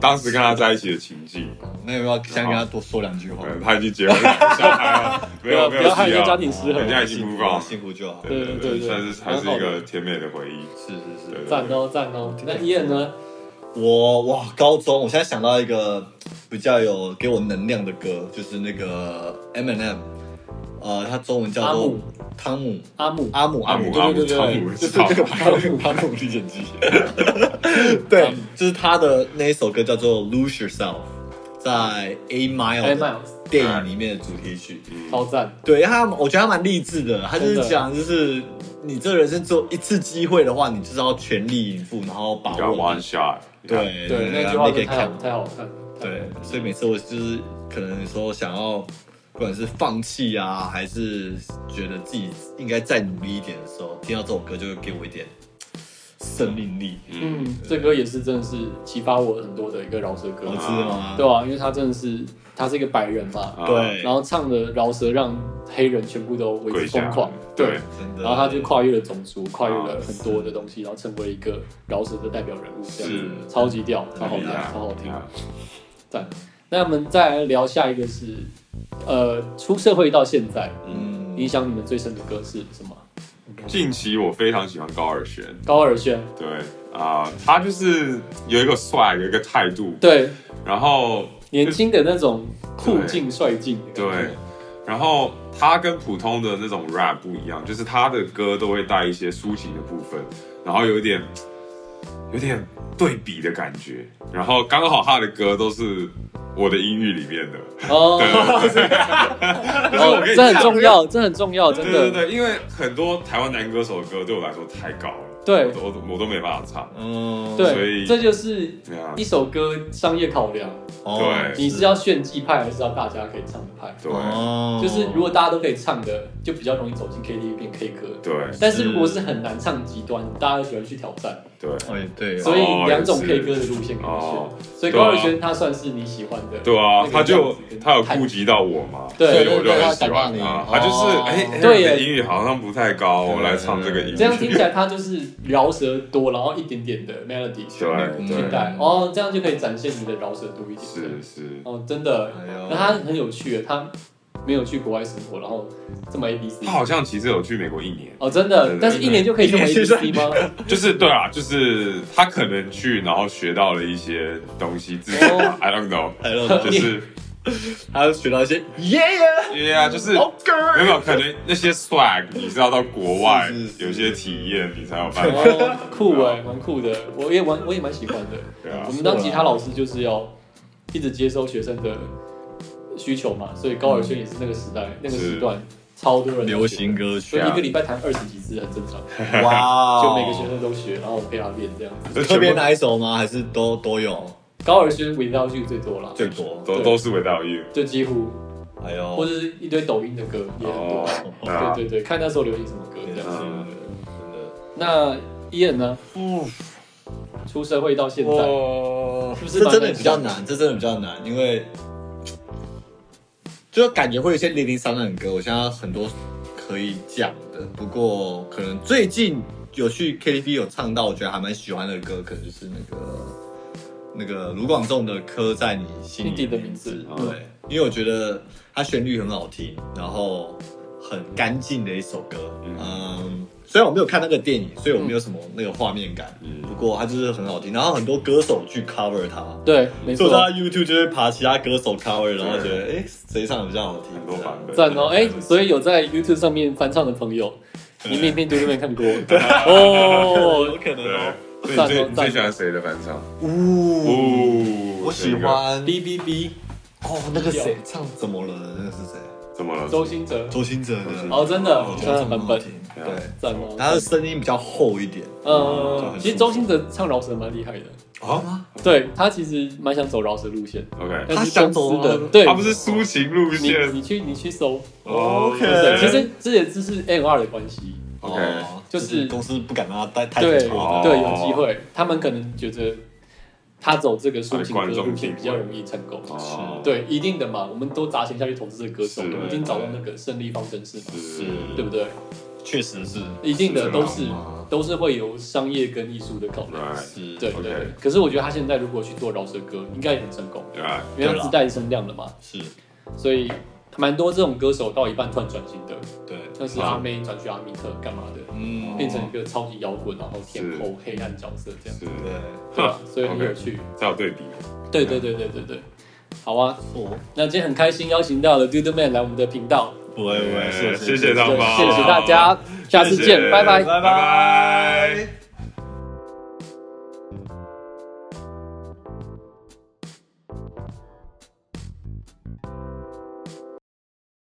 Speaker 4: 当时跟他在一起的情境。
Speaker 3: 那有没有想跟她多说两句话？
Speaker 4: 呃他已经结婚了，有小孩了，没有没有
Speaker 2: 不要害
Speaker 4: 需
Speaker 2: 人家家庭失衡
Speaker 4: 人家已经
Speaker 3: 幸
Speaker 4: move
Speaker 3: 福
Speaker 4: on，
Speaker 3: 幸福就好。
Speaker 4: 对
Speaker 2: 对对对
Speaker 4: 算是还是一个甜美的回忆。
Speaker 3: 是是
Speaker 4: 对
Speaker 3: 是，
Speaker 2: 赞哦赞哦。那伊恩呢？
Speaker 3: 我哇，高中，我现在想到一个比较有给我能量的歌，就是那个 M and M，呃，它中文叫
Speaker 2: 阿
Speaker 3: 做
Speaker 2: 姆
Speaker 3: 汤姆。
Speaker 2: 阿木，
Speaker 3: 阿姆
Speaker 4: 阿姆
Speaker 3: 姆，对对对
Speaker 4: 阿姆
Speaker 3: 对，就是
Speaker 4: 汤姆
Speaker 3: 那个汤姆汤姆历险 记，对，就是他的那一首歌叫做《Lose Yourself》，在
Speaker 2: 哎
Speaker 3: A Mile 的
Speaker 2: Miles，
Speaker 3: 电影里面的主题曲。
Speaker 4: 嗯
Speaker 2: 超赞。
Speaker 3: 对他，我觉得他蛮励志的。他就是
Speaker 2: 真的
Speaker 3: 讲，就是你这人生只有一次机会的话，你就是要全力以赴，然后把
Speaker 4: Got
Speaker 3: 握
Speaker 4: one。shot，
Speaker 3: 对
Speaker 2: 对，那句
Speaker 3: 然后
Speaker 2: 话
Speaker 3: 你可
Speaker 2: 真
Speaker 3: 以
Speaker 2: 的太
Speaker 3: 看
Speaker 2: 好。太好看了。
Speaker 3: 对，所以每次我就是可能说想要，不管是放弃啊，还是觉得自己应该再努力一点的时候，听到这首歌就会给我一点生命力。
Speaker 4: 嗯，
Speaker 2: 嗯，这歌也是真的是启发我很多的一个饶舌歌
Speaker 3: 我，
Speaker 4: 嗯
Speaker 3: 知道啊，
Speaker 2: 对啊，因为他真的是他是一个白人嘛，
Speaker 4: 啊
Speaker 3: 对
Speaker 2: 然后唱的饶舌让黑人全部都为
Speaker 4: 跪
Speaker 2: 之
Speaker 4: 下
Speaker 2: 疯狂，
Speaker 4: 对，
Speaker 3: 真的。嗯
Speaker 2: 然后他就跨越了种族，跨越了很多的东西，然后成为一个饶舌的代表人物，这样
Speaker 4: 是
Speaker 2: 子超级屌，超好
Speaker 3: 对
Speaker 2: 听，
Speaker 3: 啊
Speaker 2: 超好听
Speaker 4: 啊。
Speaker 2: 赞。那我们再来聊下一个是，呃，出社会到现在，影
Speaker 3: 嗯，
Speaker 2: 响你们最深的歌是什么？
Speaker 4: 近期我非常喜欢高尔宣，
Speaker 2: 高尔宣，
Speaker 4: 对啊、他就是有一个帅，有一个态度，
Speaker 2: 对，
Speaker 4: 然后
Speaker 2: 年轻的那种酷劲、帅劲的感觉，
Speaker 4: 对，然后他跟普通的那种 rap 不一样，就是他的歌都会带一些抒情的部分，然后有一点有点对比的感觉，然后刚好他的歌都是我的音域里面的，
Speaker 2: 哦，哦
Speaker 4: 我跟你
Speaker 2: 这很
Speaker 4: 讲
Speaker 2: 重要，这很重要，真
Speaker 4: 对对
Speaker 2: 的，
Speaker 4: 对，因为很多台湾男歌手的歌对我来说太高了，
Speaker 2: 对
Speaker 4: 我都我都我都没办法唱，
Speaker 3: 嗯，
Speaker 4: 所
Speaker 2: 对，
Speaker 4: 以
Speaker 2: 这就是
Speaker 4: 对啊
Speaker 2: 一，首歌商业考量，
Speaker 3: 哦
Speaker 2: 你是要炫技派还是要大家可以唱的派？
Speaker 4: 对
Speaker 3: 哦
Speaker 2: 就是如果大家都可以唱的，就比较容易走进 KTV 变 K 歌。
Speaker 4: 对
Speaker 2: 但是如果是很难唱极端，大家都喜欢去挑战，
Speaker 4: 对
Speaker 3: 哎对啊，
Speaker 2: 所以
Speaker 4: 哦
Speaker 2: 两种
Speaker 4: 也
Speaker 2: K
Speaker 4: 是
Speaker 2: 歌的路线可以
Speaker 4: 哦
Speaker 2: 选。所以
Speaker 4: 对啊
Speaker 2: 高尔宣他算是你喜欢的，
Speaker 4: 对啊
Speaker 2: 那，个
Speaker 4: 他就
Speaker 2: 样子跟
Speaker 4: 他有
Speaker 2: 态
Speaker 4: 顾及到我嘛，
Speaker 2: 对
Speaker 4: 所以
Speaker 2: 对
Speaker 4: 我就
Speaker 3: 对
Speaker 4: 很
Speaker 3: 他
Speaker 4: 喜
Speaker 3: 想
Speaker 4: 欢
Speaker 3: 到你
Speaker 4: 他，他就是
Speaker 3: 哦
Speaker 4: 哎，哎
Speaker 2: 对耶
Speaker 4: 你的音域好像不太高，我来唱这个音
Speaker 2: 这样
Speaker 4: 域，
Speaker 2: 听起来他就是饶舌多，然后一点点的 melody 去
Speaker 4: 对
Speaker 3: 对
Speaker 2: 带，哦，这样就可以展现你的饶舌多一点。
Speaker 4: 是是，
Speaker 2: 哦，真的，
Speaker 3: 哎呦
Speaker 2: 那他很有趣，他没有去国外生活，然后这么 A B C
Speaker 4: 他。好像其实有去美国一 年，
Speaker 2: 哦，真
Speaker 4: 对
Speaker 2: 的
Speaker 4: 对，
Speaker 2: 但是一年就可以这么 A
Speaker 3: 一
Speaker 2: B
Speaker 3: 年
Speaker 2: C 吗？
Speaker 4: 就是对啊，就是他可能去，然后学到了一些东西，自己
Speaker 2: 哦
Speaker 4: I don't know，
Speaker 3: 哎然后
Speaker 4: 就
Speaker 3: 就是还有学到一些 yeah
Speaker 4: 对呀，就是
Speaker 2: 哦
Speaker 3: 好 girl，
Speaker 4: 没有可能那些 swag，你是要到国外
Speaker 3: 是是是
Speaker 4: 有些体验，你才有办法，
Speaker 2: 哦，酷哎，蛮酷的，我也蛮我也蛮喜欢的。
Speaker 4: 对啊
Speaker 2: 我，们当吉他老师就是要一直接收学生的需求嘛，所以高尔宣也是那个时代、那个时段超多人
Speaker 3: 流行，歌曲
Speaker 2: 所以
Speaker 3: 啊
Speaker 2: 一个礼拜弹二十几次很正常，
Speaker 3: 哇哦
Speaker 2: 就每个学生都学，然后陪他练这样子。
Speaker 4: 就
Speaker 3: 特
Speaker 4: 全
Speaker 3: 别
Speaker 4: 部
Speaker 3: 哪一首吗？还是都都有
Speaker 2: 高尔宣 Without You 最多啦，
Speaker 3: 最多？
Speaker 4: 都都是 without you，
Speaker 2: 就几乎
Speaker 3: 哎
Speaker 2: 或
Speaker 3: 呦，
Speaker 2: 者是一堆抖音的歌也很多
Speaker 4: 哦。，对啊
Speaker 2: 对对对，看那时候流行什么歌
Speaker 3: 真
Speaker 2: 这
Speaker 3: 的
Speaker 2: 样。
Speaker 4: 嗯
Speaker 3: 真的。
Speaker 2: 那伊恩呢？
Speaker 3: 嗯
Speaker 2: 出社会到现在，
Speaker 3: 哦，
Speaker 2: 是不是
Speaker 3: 这
Speaker 2: 蛮
Speaker 3: 真的比较
Speaker 2: 难
Speaker 3: 难，这真的比较难，因为就感觉会有一些零零散散的歌，我现在很多可以讲的，不过可能最近有去 KTV 有唱到，我觉得还蛮喜欢的歌，可能就是那个那个卢广仲的《刻在你心
Speaker 2: 你
Speaker 3: 里
Speaker 2: 弟的名字，
Speaker 4: 哦
Speaker 2: 嗯
Speaker 3: 对，因为我觉得它旋律很好听，然后很干净的一首歌。
Speaker 4: 嗯
Speaker 3: 嗯虽然我没有看那个电影，所以我没有什么那个画面感，
Speaker 4: 嗯
Speaker 3: 不过它就是很好听。然后很多歌手去 cover 它，
Speaker 2: 对，没
Speaker 3: 所
Speaker 2: 错
Speaker 3: 以，他 YouTube 就会爬其他歌手 cover，然后觉得哎谁唱的比较好听，
Speaker 4: 很多版本，
Speaker 2: 赞哦！哎，所以有在 YouTube 上面翻唱的朋友，你们影片都没看 过哦
Speaker 3: 有。可能
Speaker 4: 对
Speaker 3: 哦。，
Speaker 4: 所以
Speaker 2: 赞
Speaker 4: 你
Speaker 2: 哦嗯赞
Speaker 4: 最你最喜欢谁的翻唱？
Speaker 3: 呜，
Speaker 4: 哦，
Speaker 3: 我喜欢
Speaker 2: B B B，
Speaker 3: 哦那个谁唱怎么了？那个是谁？
Speaker 4: 怎么了？
Speaker 2: 周兴哲，
Speaker 3: 周兴哲的
Speaker 2: 哦，真的，
Speaker 3: 我觉
Speaker 2: 真
Speaker 3: 得
Speaker 2: 的很
Speaker 3: 唱得很好
Speaker 2: 本，
Speaker 3: 听，
Speaker 4: 对啊
Speaker 3: 对，
Speaker 2: 赞哦。
Speaker 3: 他的声音比较厚一点。
Speaker 2: 呃，其实周兴哲唱饶舌蛮厉害的，
Speaker 3: 啊，
Speaker 2: 对他其实蛮想走饶舌路线，
Speaker 4: OK，
Speaker 2: 但
Speaker 3: 他
Speaker 2: 是
Speaker 3: 想
Speaker 2: 公
Speaker 3: 走
Speaker 2: 司
Speaker 3: 饶舌
Speaker 2: 的，对
Speaker 4: 他，不是抒情路
Speaker 2: 你
Speaker 4: 线
Speaker 2: 你去你去搜，
Speaker 4: OK
Speaker 2: 对，其实这也就是 N 二的关系，
Speaker 4: OK
Speaker 3: 哦
Speaker 2: 就是
Speaker 3: 公司不敢让他带太
Speaker 2: 对
Speaker 3: 久。
Speaker 4: 哦
Speaker 2: 对，有机会，他们可能觉得他走这个抒情
Speaker 4: 观
Speaker 2: 歌
Speaker 4: 众
Speaker 2: 路线
Speaker 4: 定
Speaker 2: 比较
Speaker 4: 位
Speaker 2: 容易成功，
Speaker 4: 哦，
Speaker 2: 对，一定的嘛，我们都砸钱下去投资这个歌手，
Speaker 4: 是
Speaker 2: 一定找到那个胜利方程式嘛，
Speaker 4: 是
Speaker 2: 对不对？
Speaker 3: 确实是
Speaker 2: 一定的
Speaker 4: 是
Speaker 2: 都
Speaker 4: 吗
Speaker 2: 是都是会有商业跟艺术的考量。
Speaker 4: ，Right
Speaker 3: 是，
Speaker 2: 对
Speaker 4: OK
Speaker 2: 对对。可是我觉得他现在如果去做饶舌歌，应该也很成功，
Speaker 4: Right，
Speaker 2: 因为
Speaker 3: 对
Speaker 2: 他
Speaker 3: 啦
Speaker 2: 自带声量了嘛，
Speaker 3: 是，
Speaker 2: 所以蛮多这种歌手到一半突然转型的，
Speaker 3: 对，
Speaker 2: 像是阿妹转去阿密特干嘛的，
Speaker 3: 嗯
Speaker 2: 变成一个超级摇滚，然后
Speaker 4: 是
Speaker 2: 天后黑暗角色 这样，
Speaker 4: 是
Speaker 3: 对，
Speaker 2: 对吧？所以很有趣。
Speaker 4: 才有对比，
Speaker 2: 对对对对对对。好啊，
Speaker 3: 我
Speaker 2: 那今天很开心邀请到了 Dude Man 来我们的频道，
Speaker 3: 不会不会，
Speaker 4: 哎谢
Speaker 2: 对
Speaker 4: 谢大家，
Speaker 2: 谢谢大家，下次见，
Speaker 4: 谢谢
Speaker 2: 拜拜。
Speaker 4: 拜拜。